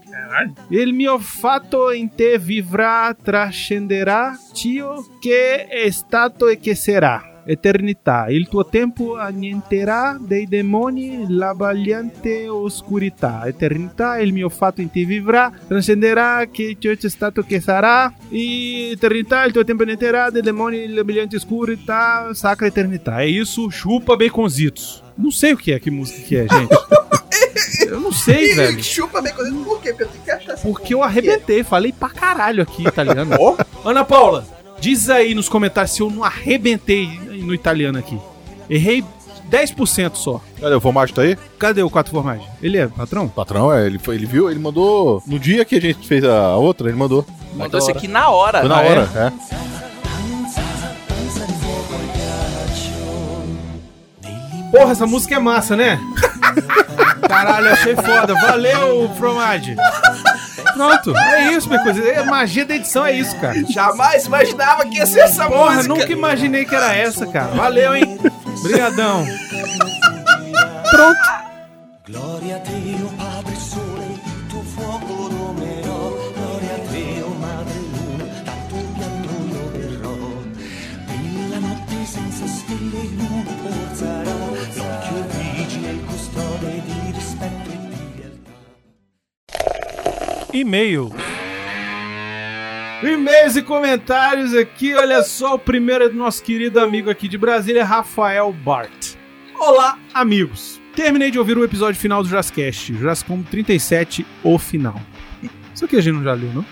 Speaker 1: Il mio fatto in te vivrà, trascenderà, tio che è stato e che sarà. Eternità, il tuo tempo annienterà dei demoni la bagliante oscurità. Eternità, il mio fatto in te vivrà, transcenderà che ciò c'è stato che sarà. E eternità, il tuo tempo annienterà dei demoni la brilhante oscurità, sacra eternità. É isso, chupa baconzitos. Não sei o que é, que música que é, gente. Eu não sei, velho.
Speaker 7: E chupa bem coisa. Por quê? Porque eu tenho que achar essa
Speaker 1: Porque eu
Speaker 7: porra.
Speaker 1: arrebentei, falei pra caralho aqui, (laughs) italiano. Ana Paula, diz aí nos comentários se eu não arrebentei no italiano aqui. Errei 10% só.
Speaker 4: Cadê o formato tá aí?
Speaker 1: Cadê o quatro formagens? Ele é patrão?
Speaker 4: Patrão, é, ele, foi, ele viu, ele mandou. No dia que a gente fez a outra, ele mandou.
Speaker 2: Mandou isso aqui na hora.
Speaker 4: Foi na
Speaker 2: Ah, é?
Speaker 4: hora, é.
Speaker 1: Porra, essa música é massa, né? (laughs) Caralho, achei foda. Valeu, Fromage. Pronto, é isso, minha coisa. É magia da edição, é isso, cara.
Speaker 7: Jamais imaginava que ia ser essa
Speaker 1: Porra,
Speaker 7: música.
Speaker 1: nunca imaginei que era essa, cara. Valeu, hein? Obrigadão. Pronto.
Speaker 8: Gloria a Dio, Padre Sole, il tuo fuoco domerò. Gloria a Dio, Madre Luna, tá dal tuo pianto io verrò. Nella notte senza stelle il mondo forzarà. L'occhio vigile, il custode di rispetto e di lealtà.
Speaker 1: E-mail. E-mails e comentários aqui. Olha só, o primeiro é do nosso querido amigo aqui de Brasília, Rafael Bart. Olá, amigos. Terminei de ouvir o episódio final do Jurassicast, Jurassicom 37, o final. Isso aqui a gente não já leu,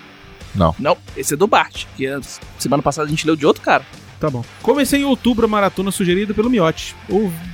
Speaker 1: não?
Speaker 2: Não, esse é do Bart. Que antes- semana passada a gente leu de outro cara.
Speaker 1: Tá bom. Comecei em outubro a maratona sugerida pelo Miotti.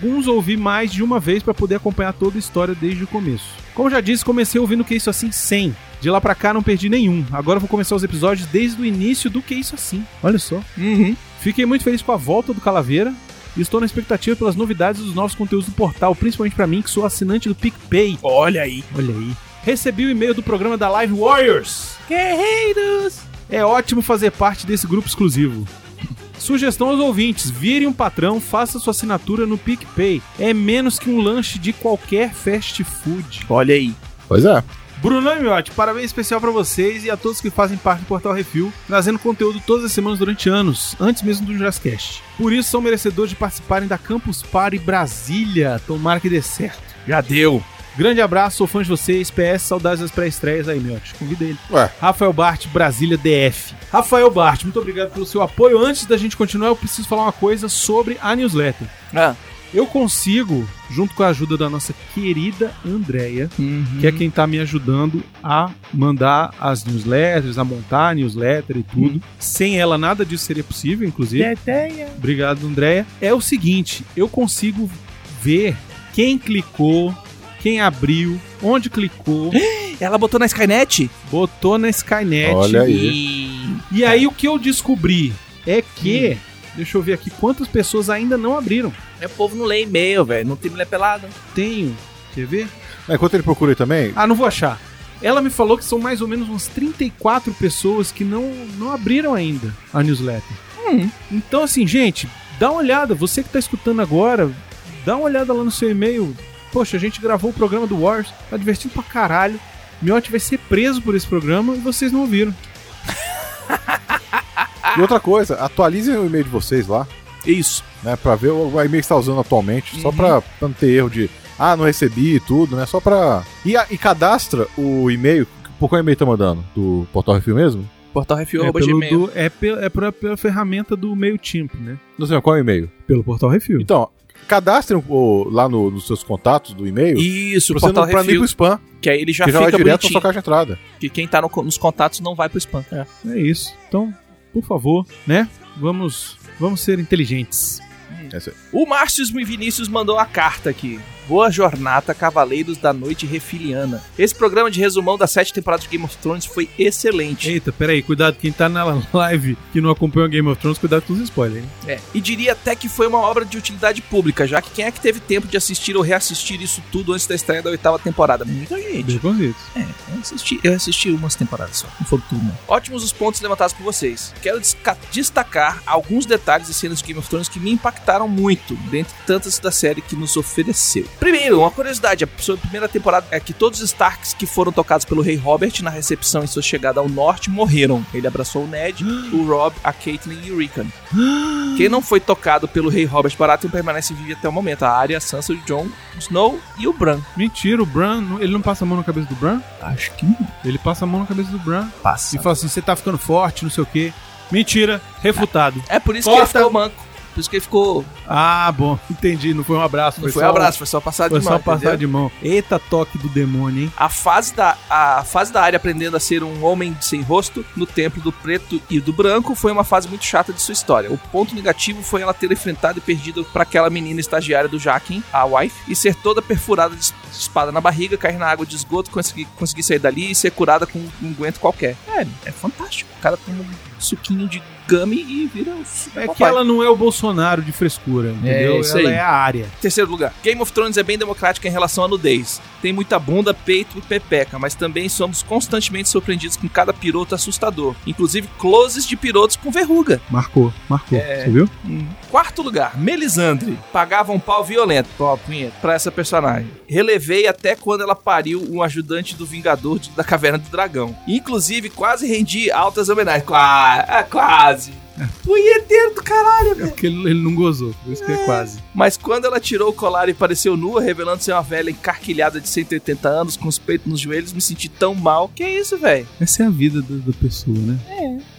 Speaker 1: Alguns ouvi mais de uma vez pra poder acompanhar toda a história desde o começo. Como já disse, comecei ouvindo Que Isso Assim 100. De lá pra cá não perdi nenhum. Agora vou começar os episódios desde o início do Que Isso Assim. Olha só.
Speaker 2: Uhum.
Speaker 1: Fiquei muito feliz com a volta do Calaveira e estou na expectativa pelas novidades dos novos conteúdos do portal, principalmente pra mim que sou assinante do PicPay.
Speaker 2: Olha aí.
Speaker 1: Olha aí. Recebi o e-mail do programa da Live Warriors. Guerreiros! É ótimo fazer parte desse grupo exclusivo. Sugestão aos ouvintes: vire um patrão, faça sua assinatura no PicPay. É menos que um lanche de qualquer fast food.
Speaker 2: Olha aí.
Speaker 4: Pois é.
Speaker 1: Brunão e Miotti, parabéns especial pra vocês e a todos que fazem parte do Portal Refil, trazendo conteúdo todas as semanas durante anos, antes mesmo do Jurassicast. Por isso são merecedores de participarem da Campus Party Brasília. Tomara que dê certo.
Speaker 2: Já deu.
Speaker 1: Grande abraço, sou fã de vocês. PS, saudades das pré-estreias aí, meu. Te convido ele.
Speaker 4: Ué.
Speaker 1: Rafael Bart, Brasília DF. Rafael Bart, muito obrigado pelo seu apoio. Antes da gente continuar, eu preciso falar uma coisa sobre a newsletter.
Speaker 2: Ah.
Speaker 1: Eu consigo, junto com a ajuda da nossa querida Andrea,
Speaker 2: Uhum.
Speaker 1: que é quem tá me ajudando a mandar as newsletters, a montar a newsletter e tudo. Sem ela nada disso seria possível, inclusive. Obrigado, Andréia. É o seguinte, eu consigo ver quem clicou, quem abriu, onde clicou,
Speaker 2: Ela botou na Skynet?
Speaker 1: botou na Skynet.
Speaker 4: Olha aí.
Speaker 2: E...
Speaker 1: E aí o que eu descobri é que, deixa eu ver aqui, quantas pessoas ainda não abriram.
Speaker 2: Meu povo não lê e-mail, velho. Não tem mulher pelada.
Speaker 1: Tenho, quer ver?
Speaker 4: Mas Né, Enquanto ele procura aí também,
Speaker 1: Ah, não vou achar. Ela me falou que são mais ou menos umas 34 pessoas que não, não abriram ainda a newsletter. Então, assim, gente, dá uma olhada. Você que tá escutando agora, dá uma olhada lá no seu e-mail. Poxa, a gente gravou o programa do Wars, tá divertido pra caralho. Miotti vai ser preso por esse programa e vocês não ouviram.
Speaker 4: E outra coisa, atualizem o e-mail de vocês lá,
Speaker 2: Isso.
Speaker 4: né? Pra ver o o e-mail que você tá usando atualmente. Só pra,
Speaker 2: Uhum.
Speaker 4: pra não ter erro de, ah, não recebi e tudo, né? Só pra. E, a- e cadastra o e-mail. Por qual e-mail tá mandando? Do Portal Refil mesmo?
Speaker 2: Portal Refil,
Speaker 1: é,
Speaker 2: arroba
Speaker 1: pelo
Speaker 2: gmail.
Speaker 1: do- é pe- é pra- pela ferramenta do MailChimp, né?
Speaker 4: Não sei, mas qual é o e-mail?
Speaker 1: Pelo Portal Refil.
Speaker 4: Então, cadastrem o- lá no- nos seus contatos do e-mail.
Speaker 2: Isso,
Speaker 4: pra você
Speaker 2: Portal
Speaker 4: não pra nem
Speaker 2: Refil.
Speaker 4: pro spam,
Speaker 2: Que aí ele já
Speaker 4: que já
Speaker 2: fica
Speaker 4: vai direto na
Speaker 2: bonitinho.
Speaker 4: sua caixa de entrada.
Speaker 2: Que quem tá no- nos contatos não vai pro spam.
Speaker 1: É isso. Então, por favor, né? Vamos, vamos ser inteligentes.
Speaker 2: Hum.
Speaker 4: Essa-
Speaker 2: O Márcio Vinícius mandou a carta aqui. Boa Jornada Cavaleiros da Noite Refiliana. Esse programa de resumão das sete temporadas de Game of Thrones foi excelente.
Speaker 1: Eita, peraí, cuidado, quem tá na (laughs) live que não acompanha o Game of Thrones, cuidado com os spoilers, hein?
Speaker 2: É, E diria até que foi uma obra de utilidade pública, já que quem é que teve tempo de assistir ou reassistir isso tudo antes da estreia da oitava temporada? Muita gente.
Speaker 1: Bem convidos.
Speaker 2: Eu assisti, eu assisti umas temporadas só, não foi tudo não. Ótimos os pontos levantados por vocês. Quero desca- destacar alguns detalhes e cenas de Game of Thrones que me impactaram muito, dentre tantas da série que nos ofereceu. Primeiro, uma curiosidade, a sua primeira temporada é que todos os Starks que foram tocados pelo rei Robert na recepção em sua chegada ao norte morreram. Ele abraçou o Ned, o Rob, a Catelyn e o Rickon. Quem não foi tocado pelo rei Robert Baratheon permanece vivo até o momento. A Arya, a Sansa, o Jon, o Snow e o Bran.
Speaker 1: Mentira, o Bran, não- ele não passa a mão na cabeça do Bran?
Speaker 2: Acho que não
Speaker 1: Ele passa a mão na cabeça do Bran
Speaker 2: passa.
Speaker 1: e fala assim: você tá ficando forte, não sei o quê. Mentira, refutado.
Speaker 2: É por isso que ele
Speaker 1: Corta.
Speaker 2: ficou manco. Por isso que ele ficou.
Speaker 1: (laughs) Ah, bom, entendi, não foi um abraço,
Speaker 2: Não foi
Speaker 1: só
Speaker 2: abraço, foi só passar de
Speaker 1: Foi
Speaker 2: mão.
Speaker 1: só passar
Speaker 2: entendeu?
Speaker 1: de mão. Eita, toque do demônio, hein?
Speaker 2: A fase, da, a fase da área aprendendo a ser um homem sem rosto no templo do preto e do branco foi uma fase muito chata de sua história. O ponto negativo foi ela ter enfrentado e perdido para aquela menina estagiária do Jaquen, a wife, e ser toda perfurada de es- de espada na barriga, cair na água de esgoto, conseguir, conseguir sair dali e ser curada com um aguento qualquer. É, é fantástico. O cara toma um suquinho de gummy e vira o super
Speaker 1: É que
Speaker 2: papai.
Speaker 1: ela não é o Bolsonaro de frescura, entendeu?
Speaker 2: isso
Speaker 1: ela
Speaker 2: aí.
Speaker 1: é a área.
Speaker 2: Terceiro lugar, Game of Thrones é bem democrática em relação à nudez. Tem muita bunda, peito e pepeca, mas também somos constantemente surpreendidos com cada piroto assustador. Inclusive closes de pirotos com verruga.
Speaker 1: Marcou, marcou. Você viu?
Speaker 2: Quarto lugar, Melisandre. Pagava um pau violento, pau, punheta, pra essa personagem. Relevei até quando ela pariu um ajudante do Vingador de- da Caverna do Dragão. Inclusive, quase rendi altas homenagens. Qua- ah, quase. Punheteiro do caralho.
Speaker 1: É porque ele, ele não gozou, por isso que é quase.
Speaker 2: Mas quando ela tirou o colar e pareceu nua, revelando ser uma velha encarquilhada de 180 anos, com os peitos nos joelhos, me senti tão mal. Que isso, velho?
Speaker 1: Essa é a vida da, da pessoa, né?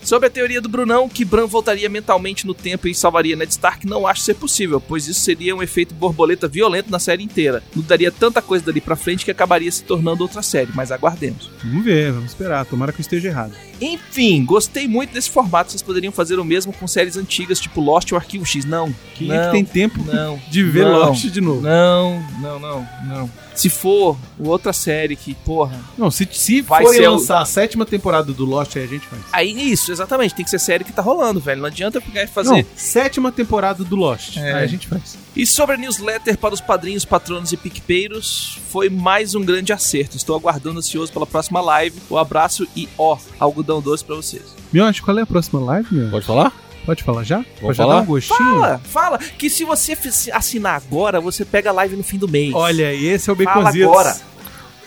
Speaker 2: Sobre a teoria do Brunão, que Bran voltaria mentalmente no tempo e salvaria Ned Stark, não acho ser possível, pois isso seria um efeito borboleta violento na série inteira. Mudaria tanta coisa dali pra frente que acabaria se tornando outra série, mas aguardemos.
Speaker 1: Vamos ver, vamos esperar. Tomara que eu esteja errado.
Speaker 2: Enfim, gostei muito desse formato, vocês poderiam fazer o mesmo com séries antigas, tipo Lost ou Arquivo X. Não,
Speaker 1: Quem é
Speaker 2: Não.
Speaker 1: que tem tempo
Speaker 2: não,
Speaker 1: de ver
Speaker 2: Não.
Speaker 1: Lost de novo?
Speaker 2: Não, não, não, não. Se for outra série que, porra.
Speaker 1: Não, se, se
Speaker 2: Vai
Speaker 1: forem
Speaker 2: ser o-
Speaker 1: lançar a sétima temporada do Lost, aí a gente faz.
Speaker 2: Aí é isso, exatamente, tem que ser série que tá rolando, velho. Não adianta pegar e fazer.
Speaker 1: Não, sétima temporada do Lost.
Speaker 2: É.
Speaker 1: Aí a gente faz.
Speaker 2: E sobre a newsletter para os padrinhos, patronos e piquepeiros, foi mais um grande acerto. Estou aguardando ansioso pela próxima live. Um abraço e ó, algodão doce pra vocês.
Speaker 1: Miote, qual é a próxima live, meu?
Speaker 4: Pode falar?
Speaker 1: Pode falar já? Pode já
Speaker 4: falar?
Speaker 1: dar um gostinho?
Speaker 2: Fala, fala, que se você fi- assinar agora, você pega a live no fim do mês.
Speaker 1: Olha aí, esse é o
Speaker 2: Fala
Speaker 1: Baconzitos.
Speaker 2: agora.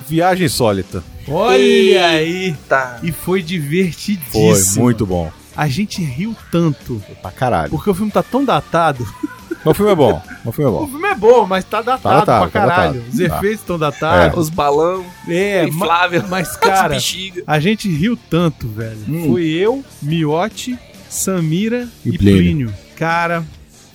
Speaker 4: Viagem sólita.
Speaker 1: Olha
Speaker 2: Eita.
Speaker 1: aí.
Speaker 2: Tá.
Speaker 1: E foi
Speaker 4: Foi
Speaker 1: divertidíssimo.
Speaker 4: muito bom.
Speaker 1: A gente riu tanto,
Speaker 4: Pra caralho.
Speaker 1: porque o filme tá tão datado.
Speaker 4: Mas o filme é bom. Mas O filme é
Speaker 1: O
Speaker 4: bom.
Speaker 1: filme é bom, mas tá datado
Speaker 4: datado,
Speaker 1: pra caralho.
Speaker 4: tá datado.
Speaker 1: Os
Speaker 4: Tá.
Speaker 1: efeitos estão datados.
Speaker 2: Os balão,
Speaker 1: É,
Speaker 2: é,
Speaker 1: ma-
Speaker 2: inflável,
Speaker 1: mas
Speaker 2: as (laughs)
Speaker 1: cara,
Speaker 2: bexiga.
Speaker 1: a gente riu tanto, velho.
Speaker 2: Hum.
Speaker 1: Foi eu, Miote, Samira
Speaker 4: E
Speaker 1: e,
Speaker 4: Plínio.
Speaker 1: Plínio. Cara,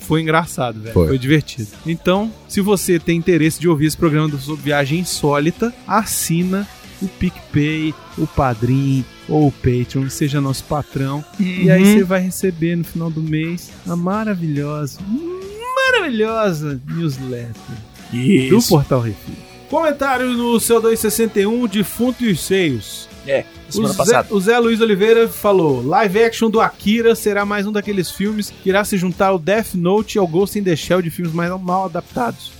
Speaker 1: foi engraçado, velho.
Speaker 4: Foi.
Speaker 1: Foi. divertido. Então, se você tem interesse de ouvir esse programa do- sobre viagem insólita, assina o PicPay, o Padrim ou o Patreon, seja nosso patrão. E aí você vai receber no final do mês a maravilhosa, maravilhosa newsletter do Portal Refil. Comentário no CO261, defunto e os seios.
Speaker 2: Semana
Speaker 1: o,
Speaker 2: passada.
Speaker 1: Zé, o Zé Luiz Oliveira falou: live action do Akira será mais um daqueles filmes que irá se juntar ao Death Note e ao Ghost in the Shell de filmes mais mal
Speaker 2: (laughs)
Speaker 1: adaptados.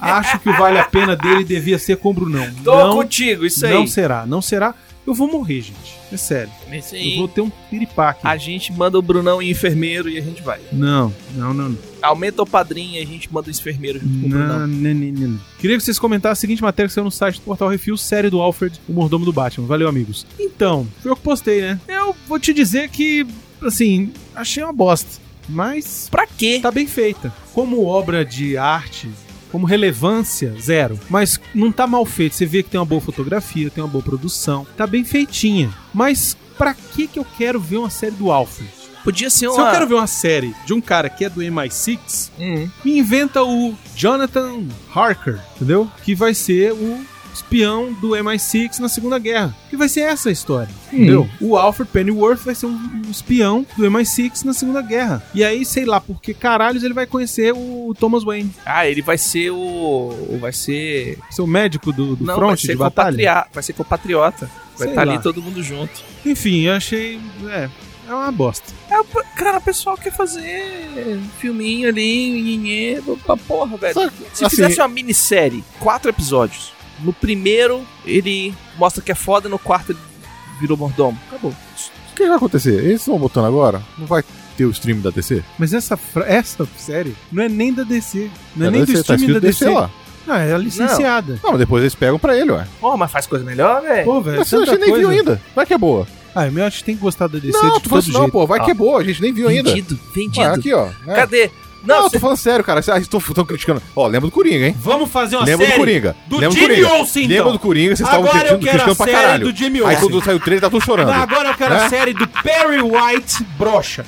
Speaker 1: Acho que o vale a pena dele devia ser com o Brunão.
Speaker 2: Tô
Speaker 1: não,
Speaker 2: contigo, isso aí.
Speaker 1: não será, não será. Eu vou morrer, gente. É sério.
Speaker 2: Isso
Speaker 1: Eu
Speaker 2: aí.
Speaker 1: vou ter um piripaque.
Speaker 2: A gente manda o Brunão e o enfermeiro e a gente vai.
Speaker 1: Não, não, não, não.
Speaker 2: Aumenta o padrinho e a gente manda o enfermeiro junto com o
Speaker 1: Não,
Speaker 2: Brunão.
Speaker 1: não, não, não. Queria que vocês comentassem a seguinte matéria que saiu no site do Portal Refil, série do Alfred, o mordomo do Batman. Valeu, amigos. Então, foi eu que postei, né? Eu vou te dizer que, assim, achei uma bosta. Mas
Speaker 2: Pra quê?
Speaker 1: tá bem feita. Como obra de arte, como relevância, zero. Mas não tá mal feito. Você vê que tem uma boa fotografia, tem uma boa produção. Tá bem feitinha. Mas pra que que eu quero ver uma série do Alfred?
Speaker 2: Podia ser uma.
Speaker 1: Se eu quero ver uma série de um cara que é do MI6,
Speaker 2: Hum.
Speaker 1: e inventa o Jonathan Harker, entendeu? Que vai ser o espião do MI6 na Segunda Guerra. Que vai ser essa a história.
Speaker 4: Hum.
Speaker 1: Entendeu? O Alfred Pennyworth vai ser um, um espião do MI6 na Segunda Guerra. E aí, sei lá, porque caralhos ele vai conhecer o Thomas Wayne,
Speaker 2: Ah, ele vai ser o. Vai ser.
Speaker 1: seu médico do, do
Speaker 2: não, vai
Speaker 1: fronte
Speaker 2: ser
Speaker 1: de batalha.
Speaker 2: compatria- vai ser compatriota. Vai
Speaker 1: Sei
Speaker 2: estar
Speaker 1: lá.
Speaker 2: ali todo mundo junto.
Speaker 1: Enfim, eu achei. É, é uma bosta.
Speaker 2: É, o- cara, o pessoal quer fazer filminho ali, nhenhê, pra porra, velho.
Speaker 4: Só-
Speaker 2: Se
Speaker 4: assim,
Speaker 2: fizesse uma minissérie, quatro episódios. No primeiro, ele mostra que é foda, no quarto ele virou mordomo. Acabou.
Speaker 4: O que vai acontecer? Eles estão botando agora? Não vai ter o stream da DC?
Speaker 1: Mas essa, fra- essa série não é nem da DC. Não é
Speaker 4: Da
Speaker 1: nem do
Speaker 4: DC, tá
Speaker 1: streaming da
Speaker 4: escrito
Speaker 1: DC.
Speaker 4: lá.
Speaker 1: Não, é a licenciada.
Speaker 4: Não, mas depois eles pegam pra ele, ué.
Speaker 2: Pô, mas faz coisa melhor, velho.
Speaker 1: Pô, velho,
Speaker 4: mas você
Speaker 1: tanta
Speaker 4: nem viu
Speaker 1: é coisa.
Speaker 4: ainda. Vai que é boa.
Speaker 1: Ah, eu acho que tem que gostar da DC
Speaker 4: não,
Speaker 1: de
Speaker 4: tu
Speaker 1: todo
Speaker 4: falou isso
Speaker 1: jeito. Ah.
Speaker 4: não, pô. Vai que é boa. A gente nem viu ainda.
Speaker 2: Vendido, vendido.
Speaker 4: Ué, aqui, ó. É.
Speaker 2: Cadê? Não,
Speaker 4: Não, eu tô
Speaker 2: você
Speaker 4: falando sério, cara. Vocês estão criticando. Ó, lembra do Coringa, hein?
Speaker 1: Vamos fazer uma
Speaker 4: Lembra do
Speaker 1: série
Speaker 4: Coringa. Lembra do
Speaker 1: Jimmy
Speaker 4: Coringa.
Speaker 1: Olsen, então.
Speaker 4: Lembra do Coringa, vocês estavam
Speaker 1: Agora eu
Speaker 4: criticando,
Speaker 1: quero a
Speaker 4: criticando pra
Speaker 1: série
Speaker 4: caralho.
Speaker 1: do Jimmy
Speaker 4: Aí
Speaker 1: Olsen.
Speaker 4: quando saiu o trailer, tá tudo chorando.
Speaker 1: Agora eu quero a
Speaker 4: Né?
Speaker 1: série do Perry White Brocha.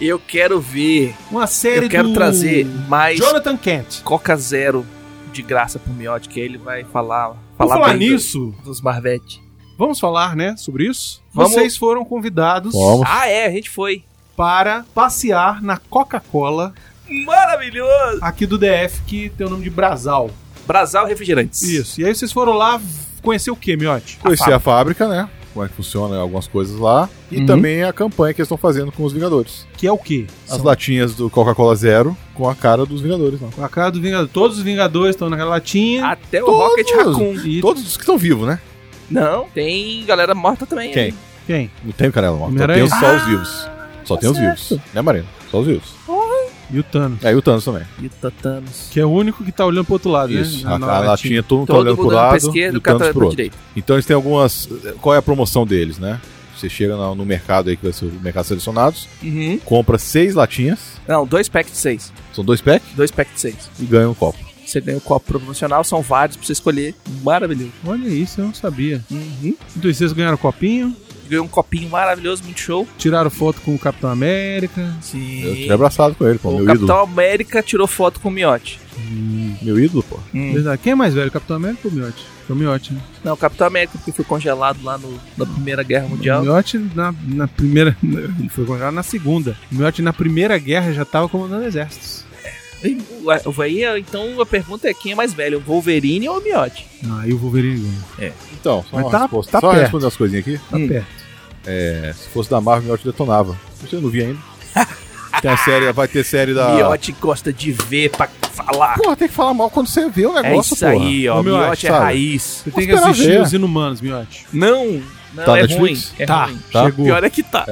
Speaker 2: eu quero ver.
Speaker 1: Uma série
Speaker 2: eu quero
Speaker 1: do
Speaker 2: trazer mais
Speaker 1: Jonathan Kent.
Speaker 2: Coca Zero de graça pro Miotti, que aí ele vai falar,
Speaker 1: Por
Speaker 2: falar,
Speaker 1: falar
Speaker 2: bem
Speaker 1: nisso,
Speaker 2: do- dos Marvete.
Speaker 1: vamos falar, né, sobre isso?
Speaker 2: Vamos.
Speaker 1: Vocês foram convidados
Speaker 4: Vamos.
Speaker 2: Ah, é, a gente foi.
Speaker 1: para passear na Coca-Cola
Speaker 2: Maravilhoso!
Speaker 1: aqui do DF, que tem o nome de Brasal.
Speaker 2: Brasal Refrigerantes.
Speaker 1: Isso. E aí vocês foram lá conhecer o quê, Miotti?
Speaker 4: Conhecer a fábrica, né? Como é que funciona algumas coisas lá. E
Speaker 1: Uhum.
Speaker 4: também a campanha que eles estão fazendo com os Vingadores.
Speaker 1: Que é o quê?
Speaker 4: As latinhas do Coca-Cola Zero com a cara dos Vingadores lá.
Speaker 1: A cara do Vingador. Todos os Vingadores estão naquela
Speaker 4: Ah,
Speaker 1: latinha.
Speaker 2: Até o
Speaker 4: Todos.
Speaker 2: Rocket Raccoon.
Speaker 1: E
Speaker 4: Todos os que estão vivos, né?
Speaker 2: Não, tem galera morta também.
Speaker 4: Quem?
Speaker 2: hein?
Speaker 1: quem?
Speaker 4: Não tem o Canela Morta. Só
Speaker 1: Homem-Aranha. Ah! Tá
Speaker 4: tem os- só os vivos. Só tem os vivos. Né, Marina? Só os vivos.
Speaker 1: E o Thanos.
Speaker 4: É, e o Thanos também.
Speaker 2: E o Tatanos.
Speaker 1: Que é o único que tá olhando pro outro lado,
Speaker 4: Isso.
Speaker 1: né?
Speaker 4: A,
Speaker 1: Na
Speaker 4: a latinha, todo mundo tá olhando pro
Speaker 2: olhando
Speaker 4: lado
Speaker 2: pra
Speaker 4: e
Speaker 2: esquerda,
Speaker 4: o
Speaker 2: o cara tá
Speaker 4: Thanos
Speaker 2: olhando
Speaker 4: pro
Speaker 2: pra
Speaker 4: outro.
Speaker 2: direita.
Speaker 4: Então eles têm algumas. Qual é a promoção deles, né? Você chega na- no mercado aí, que vai ser o mercado selecionados,
Speaker 2: Uhum.
Speaker 4: compra seis latinhas,
Speaker 2: Não, dois packs de seis.
Speaker 4: são dois packs,
Speaker 2: Dois packs de seis.
Speaker 4: e ganha um copo.
Speaker 2: Você ganha o copo promocional, são vários pra você escolher. Maravilhoso. Uhum.
Speaker 1: Olha isso, eu não sabia. Então, e vocês ganharam copinho,
Speaker 2: Ganhou um copinho maravilhoso, muito show.
Speaker 1: tiraram foto com o Capitão América.
Speaker 2: Sim.
Speaker 4: Eu tirei abraçado com ele, pô.
Speaker 2: O
Speaker 4: Meu
Speaker 2: Capitão América tirou foto com o Miotti.
Speaker 4: ídolo. Meu ídolo, pô.
Speaker 1: Verdade. Quem é mais velho, o Capitão América ou o Miotti? Foi o Miotti, né?
Speaker 2: Não, o Capitão América, porque foi congelado lá no, na Primeira Guerra
Speaker 1: O
Speaker 2: Mundial.
Speaker 1: Miotti na, na primeira... (laughs) Ele foi congelado na segunda. O Miotti na primeira guerra já tava comandando exércitos.
Speaker 2: E o- o- Aí, então, a pergunta é quem é mais velho, o Wolverine ou o Miotti?
Speaker 1: Ah, e o Wolverine ganhou.
Speaker 4: Então, só,
Speaker 1: Mas
Speaker 4: uma
Speaker 1: tá-
Speaker 4: resposta-
Speaker 1: tá
Speaker 4: só
Speaker 1: perto.
Speaker 4: responder umas coisinhas aqui.
Speaker 1: Tá
Speaker 2: Hum.
Speaker 1: perto.
Speaker 4: É, se fosse da Marvel, o Miotti detonava. Você
Speaker 2: (laughs)
Speaker 4: não vi ainda. Tem a série, vai ter série da.
Speaker 2: Miotti gosta de ver pra falar.
Speaker 4: Porra, tem que falar mal quando você vê o
Speaker 2: É
Speaker 4: negócio,
Speaker 2: isso
Speaker 4: porra.
Speaker 2: aí, ó.
Speaker 4: Ô,
Speaker 2: O
Speaker 4: Miotti,
Speaker 2: Miotti é
Speaker 4: sabe?
Speaker 2: raiz.
Speaker 1: Você tem que
Speaker 4: esperar
Speaker 1: assistir
Speaker 4: ver.
Speaker 1: os Inumanos, Miotti.
Speaker 2: Não, não,
Speaker 4: Tá
Speaker 2: é
Speaker 4: na
Speaker 2: ruim.
Speaker 4: Netflix?
Speaker 2: É
Speaker 1: Tá,
Speaker 2: ruim.
Speaker 4: Tá.
Speaker 1: chegou.
Speaker 2: Pior é que tá.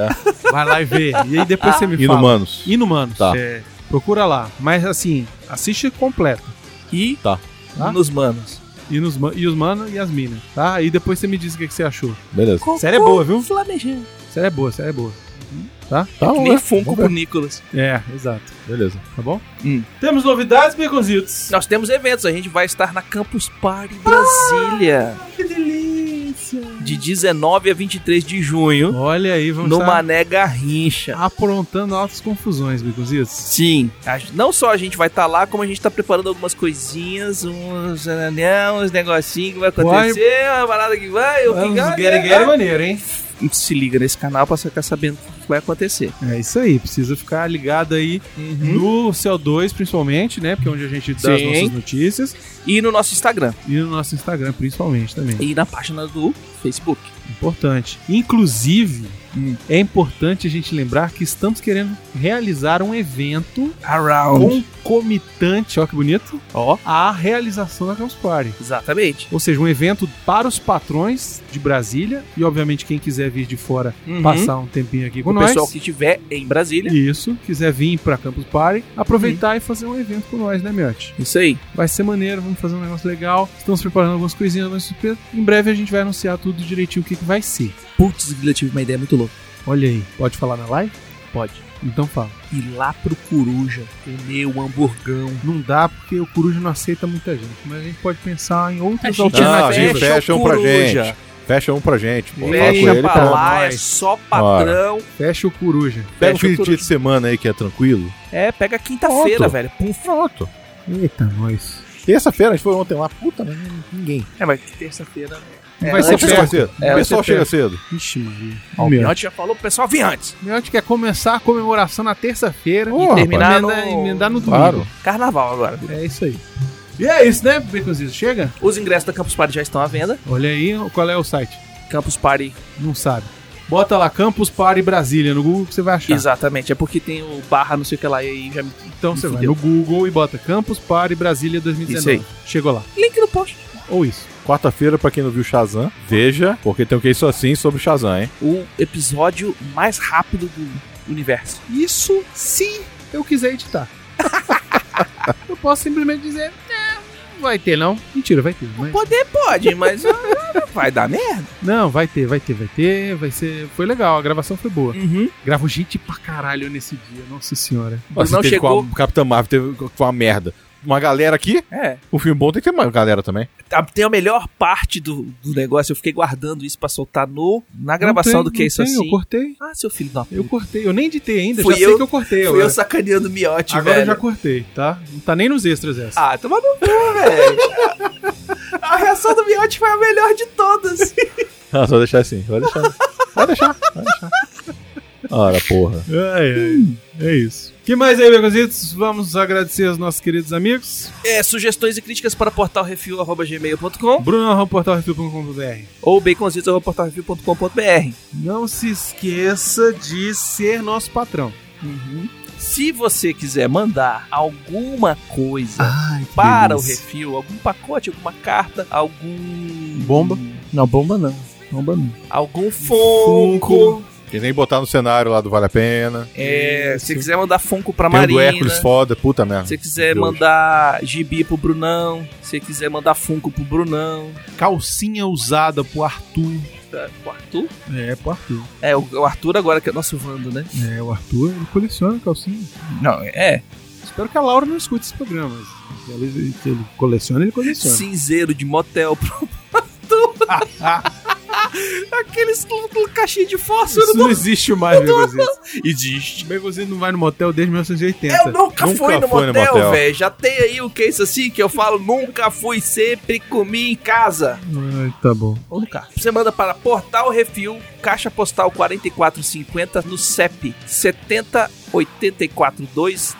Speaker 1: Vai lá e vê. E aí depois você me fala.
Speaker 4: (laughs) Inumanos.
Speaker 1: Inumanos.
Speaker 4: Tá.
Speaker 1: É, procura lá. Mas assim, assiste completo.
Speaker 2: E
Speaker 4: Tá.
Speaker 1: Tá?
Speaker 2: nos manos.
Speaker 1: E, nos, ma- e os manos e as minas, tá? E depois você me diz o que, que você achou.
Speaker 4: Beleza.
Speaker 1: Série é boa, viu?
Speaker 2: Flamejando.
Speaker 1: Série é boa, série é boa.
Speaker 4: Tá,
Speaker 2: Que
Speaker 4: vamos
Speaker 2: nem
Speaker 4: ver.
Speaker 2: Funko
Speaker 4: Vamos
Speaker 2: pro
Speaker 4: ver.
Speaker 2: Nicolas.
Speaker 1: É, exato.
Speaker 4: Beleza.
Speaker 1: Tá bom?
Speaker 2: Hum.
Speaker 1: Temos novidades, Beconzitos?
Speaker 2: Nós temos eventos, a gente vai estar na Campus Party Brasília.
Speaker 1: Que delícia!
Speaker 2: De 19 a 23 de junho,
Speaker 1: Olha aí, vamos
Speaker 2: no
Speaker 1: estar
Speaker 2: Mané Garrincha.
Speaker 1: aprontando altas confusões, Beconzitos.
Speaker 2: Sim, a gen- não só a gente vai estar lá, como a gente está preparando algumas coisinhas, uns, né, uns negocinhos que vai acontecer, uma parada que vai, o que vai, né?
Speaker 1: é
Speaker 2: Então,
Speaker 1: maneiro, hein?
Speaker 2: Se liga nesse canal pra você ficar sabendo o que vai acontecer.
Speaker 1: É isso aí, precisa ficar ligado aí no CO2, principalmente, né? Porque é onde a gente dá as
Speaker 2: Sim.
Speaker 1: nossas notícias.
Speaker 2: E no nosso Instagram
Speaker 1: E no nosso Instagram, principalmente, também.
Speaker 2: e na página do Facebook.
Speaker 1: Importante. Inclusive,
Speaker 2: Hum.
Speaker 1: é importante a gente lembrar que estamos querendo realizar um evento
Speaker 2: Around.
Speaker 1: concomitante, ó que bonito,
Speaker 2: Ó,
Speaker 1: à realização da Campus Party.
Speaker 2: exatamente.
Speaker 1: Ou seja, um evento para os patrões de Brasília e, obviamente, quem quiser vir de fora
Speaker 2: Uhum.
Speaker 1: passar um tempinho aqui com
Speaker 2: o
Speaker 1: nós.
Speaker 2: pessoal que estiver em Brasília.
Speaker 1: Isso, quiser vir para Campus Party, aproveitar e fazer um evento com nós, né, Miotti?
Speaker 2: Isso aí.
Speaker 1: Vai ser maneiro, vamos fazer um negócio legal. Estamos preparando algumas coisinhas, algumas surpresas. Em breve a gente vai anunciar tudo direitinho o que, que vai ser.
Speaker 2: Putz, eu tive uma ideia muito louca.
Speaker 1: Olha aí, pode falar na live?
Speaker 2: Pode.
Speaker 1: Então fala.
Speaker 2: Ir lá pro Coruja comer um hamburgão.
Speaker 1: Então, Não dá porque o Coruja não aceita muita gente, mas a gente pode pensar em outras
Speaker 4: gente não
Speaker 1: alternativas.
Speaker 4: fecha um pra
Speaker 2: Coruja.
Speaker 4: gente. Fecha um pra gente, pô. Fala com
Speaker 2: Deixa
Speaker 4: ele,
Speaker 2: pra
Speaker 4: pô.
Speaker 2: lá, é
Speaker 1: nós.
Speaker 2: só patrão.
Speaker 1: Fecha o Coruja.
Speaker 4: Pega um
Speaker 2: Fecha
Speaker 4: fim de
Speaker 2: tudo.
Speaker 4: dia de semana aí que é tranquilo.
Speaker 2: É, pega quinta-feira,
Speaker 4: Pronto.
Speaker 2: velho. Puf.
Speaker 4: Pronto.
Speaker 1: Eita, nós.
Speaker 4: Terça-feira, a gente foi ontem lá. Puta, né? mas ninguém.
Speaker 2: É, mas que terça-feira.
Speaker 1: Não
Speaker 2: É,
Speaker 1: vai
Speaker 2: antes
Speaker 1: ser
Speaker 4: Vocês chegam
Speaker 1: perto.
Speaker 4: cedo.
Speaker 2: É,
Speaker 4: o pessoal
Speaker 2: vai ser
Speaker 4: chega cedo.
Speaker 1: Ixi, Maria.
Speaker 2: Ó, o
Speaker 1: Meu.
Speaker 2: Miotti já falou pro pessoal, vem antes.
Speaker 1: Miotti quer é começar a comemoração na terça-feira
Speaker 4: Porra,
Speaker 1: terminar
Speaker 2: rapaz.
Speaker 1: no... emendar no domingo.
Speaker 4: Claro.
Speaker 2: Carnaval agora.
Speaker 1: É isso aí. E é isso, né, Baconzitos? Chega?
Speaker 2: Os ingressos da Campus Party já estão à venda.
Speaker 1: Olha aí qual é o site.
Speaker 2: Campus Party,
Speaker 1: Não sabe. Bota lá Campus Party Brasília no Google que você vai achar.
Speaker 2: exatamente. É porque tem o barra não sei o que lá e aí já me...
Speaker 1: Então você vai
Speaker 2: Fudeu.
Speaker 1: no Google e bota Campus Party Brasília 2019.
Speaker 2: Isso
Speaker 1: Chegou lá.
Speaker 2: Link no post.
Speaker 1: Ou isso.
Speaker 4: Quarta-feira, pra quem não viu Shazam, veja, porque tem o que isso assim sobre Shazam, hein?
Speaker 2: O episódio mais rápido do universo.
Speaker 1: Isso se eu quiser editar. eu posso simplesmente dizer, "Não, vai ter não. Mentira, vai ter. mas-
Speaker 2: Poder pode, mas ah, (laughs) vai dar merda.
Speaker 1: Não, vai ter, vai ter, vai ter. Vai ser. Foi legal, a gravação foi boa.
Speaker 2: Uhum.
Speaker 1: Gravou gente pra caralho nesse dia, nossa senhora.
Speaker 4: Assim,
Speaker 2: não
Speaker 4: teve
Speaker 2: chegou.
Speaker 4: Com a Capitã Marvel teve com uma merda. Uma galera aqui,
Speaker 2: É.
Speaker 4: o filme bom tem que ter uma galera também.
Speaker 2: Tá- Tem a melhor parte do, do negócio. Eu fiquei guardando isso pra soltar no, na gravação
Speaker 1: Não tem,
Speaker 2: do que é
Speaker 1: não
Speaker 2: isso
Speaker 1: tem,
Speaker 2: assim.
Speaker 1: Eu cortei.
Speaker 2: Ah, seu filho da puta.
Speaker 1: Eu cortei. Eu nem editei ainda,
Speaker 2: Fui
Speaker 1: já sei
Speaker 2: eu-
Speaker 1: que eu cortei.
Speaker 2: Fui
Speaker 1: agora.
Speaker 2: eu sacaneando o Miotti,
Speaker 1: Agora eu
Speaker 2: velho.
Speaker 1: já cortei, tá? Não tá nem nos extras essa.
Speaker 2: Ah, toma no cu, velho. (laughs) A reação do Miotti foi a melhor de todas.
Speaker 4: (laughs) Ah, só deixar assim, vai deixar. Vai deixar, vai deixar. Ora, porra.
Speaker 1: Ai, ai. É isso. que mais aí, Becositos? Vamos agradecer aos nossos queridos amigos.
Speaker 2: É, sugestões e críticas para portalrefil.gmail.com
Speaker 1: bruno.portalrefil.com.br
Speaker 2: ou baconzitos.portalrefil.com.br.
Speaker 1: Não se esqueça de ser nosso patrão.
Speaker 2: Uhum. Se você quiser mandar alguma coisa
Speaker 1: Ai,
Speaker 2: para o refil, algum pacote, alguma carta, algum.
Speaker 1: Bomba?
Speaker 2: Não, bomba não.
Speaker 1: Bomba não.
Speaker 2: Algum Funko.
Speaker 4: Quem nem botar no cenário lá do Vale a Pena.
Speaker 2: É, se quiser mandar Funko pra
Speaker 4: Tem o do
Speaker 2: Marina.
Speaker 4: Hércules foda, puta merda.
Speaker 2: Se você quiser
Speaker 4: Meu Ah, Deus.
Speaker 2: mandar gibi pro Brunão, se você quiser mandar Funko pro Brunão,
Speaker 1: Calcinha usada pro Arthur.
Speaker 2: tá, pro Arthur.
Speaker 1: É, pro Arthur.
Speaker 2: É, o, o Arthur agora que é nosso Vando, né?
Speaker 1: É, o Arthur ele coleciona calcinha.
Speaker 2: Não, é.
Speaker 1: Espero que a Laura não escute esse programa. mas se Ele, se ele coleciona, ele coleciona.
Speaker 2: Cinzeiro de motel pro Arthur. (laughs) Aqueles com- com caixinha de fósforo.
Speaker 1: Isso não existe mais, Becositos.
Speaker 2: Existe.
Speaker 1: Becositos não vai no motel desde 1980.
Speaker 2: É, Eu nunca,
Speaker 4: Nunca
Speaker 2: fui no
Speaker 4: foi no
Speaker 2: motel,
Speaker 4: motel.
Speaker 2: velho. Já tem aí um case assim que eu falo, nunca fui, sempre comi em casa.
Speaker 1: Ai, tá bom.
Speaker 2: Ou no carro. Você manda para Portal Refil, Caixa Postal 4450, no CEP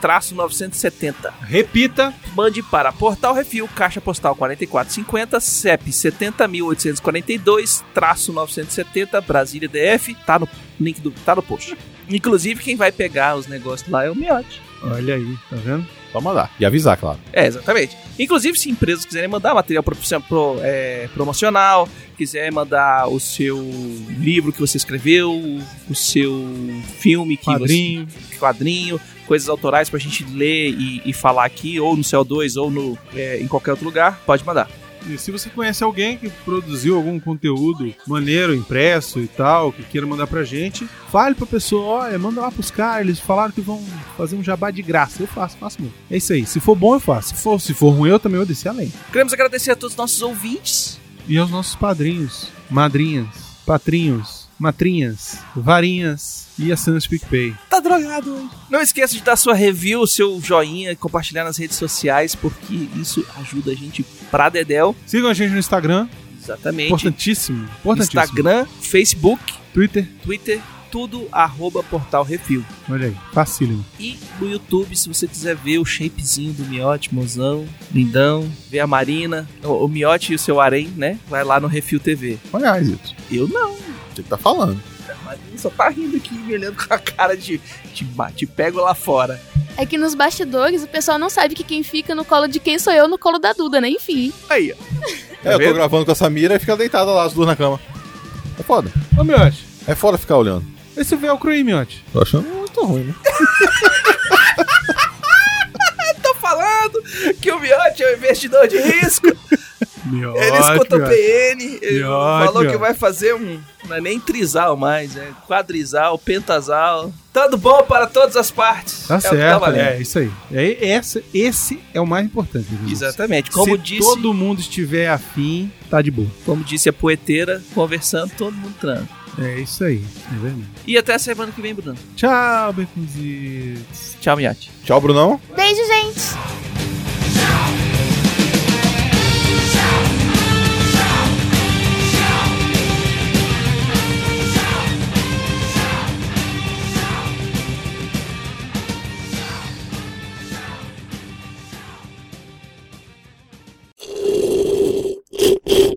Speaker 2: 70842-970.
Speaker 1: Repita.
Speaker 2: Mande para Portal Refil, Caixa Postal 4450, CEP 70842-970, Brasília DF. Tá no link do. Tá no post. Inclusive, quem vai pegar os negócios lá é o Miote.
Speaker 1: Olha aí, tá vendo?
Speaker 4: Só mandar. E avisar, claro.
Speaker 2: É, exatamente. Inclusive, se empresas quiserem mandar material pro- pro- é, promocional, quiser mandar o seu livro que você escreveu, o seu filme que
Speaker 1: Quadrinho.
Speaker 2: você- quadrinho, coisas autorais pra gente ler e, e falar aqui, ou no CO2, ou no, é, em qualquer outro lugar, pode mandar.
Speaker 1: E se você conhece alguém que produziu algum conteúdo maneiro, impresso e tal, que queira mandar pra gente, fale pra pessoa, olha, manda lá pros caras, eles falaram que vão fazer um jabá de graça. Eu faço, faço mesmo. É isso aí. Se for bom, eu faço. Se for, se for ruim, eu também vou descer além.
Speaker 2: Queremos agradecer a todos os nossos ouvintes.
Speaker 1: E aos nossos padrinhos, madrinhas, patrinhos, matrinhas, varinhas e assinantes PicPay.
Speaker 2: Tá drogado hoje. Não esqueça de dar sua review, seu joinha, compartilhar nas redes sociais, porque isso ajuda a gente pra Dedel.
Speaker 1: Sigam a gente no Instagram,
Speaker 2: Exatamente.
Speaker 1: importantíssimo, importantíssimo.
Speaker 2: Instagram, Facebook,
Speaker 1: Twitter,
Speaker 2: Twitter, tudo arroba Portal Refil.
Speaker 1: olha aí, facílimo.
Speaker 2: E no YouTube, se você quiser ver o shapezinho do Miote, mozão, lindão, ver a Marina, o, o Miote e o seu harém, né? Vai lá no Refil TV.
Speaker 4: Olha isso.
Speaker 2: Eu não,
Speaker 4: Você que tá falando.
Speaker 2: a Marina só tá rindo aqui, me olhando com a cara de te, ba- te pego lá fora.
Speaker 9: É que nos bastidores o pessoal não sabe que quem fica no colo de quem sou eu no colo da Duda, né? Enfim.
Speaker 2: Aí, ó. Tá
Speaker 4: É, eu tô gravando com a Samira e fica deitada lá, as duas na cama. É foda.
Speaker 1: Ô, Miote,
Speaker 4: É foda ficar olhando.
Speaker 1: esse véu é cru aí, Miote.
Speaker 4: Tô achando muito ruim, né?
Speaker 2: Tô falando que o Miote é um investidor de risco.
Speaker 1: Miote,
Speaker 2: Ele escuta o PN, ele
Speaker 1: Miote,
Speaker 2: falou que
Speaker 1: Miote.
Speaker 2: vai fazer um. Não é nem trisal mais, é quadrisal, pentasal. Tanto bom para todas as partes.
Speaker 1: Tá
Speaker 2: é O que tá
Speaker 1: certo,
Speaker 2: valendo.
Speaker 1: é isso aí. É, essa, esse é o mais importante. Jesus.
Speaker 2: Exatamente. Como
Speaker 1: Se
Speaker 2: disse,
Speaker 1: todo mundo estiver afim, tá de boa.
Speaker 2: como disse a poeteira, conversando, todo mundo tranca.
Speaker 1: É isso aí, é verdade.
Speaker 2: E até a semana que vem, Bruno.
Speaker 1: Tchau, Beconzitos.
Speaker 2: Tchau, Miati.
Speaker 4: Tchau, Brunão.
Speaker 9: Beijo, gente!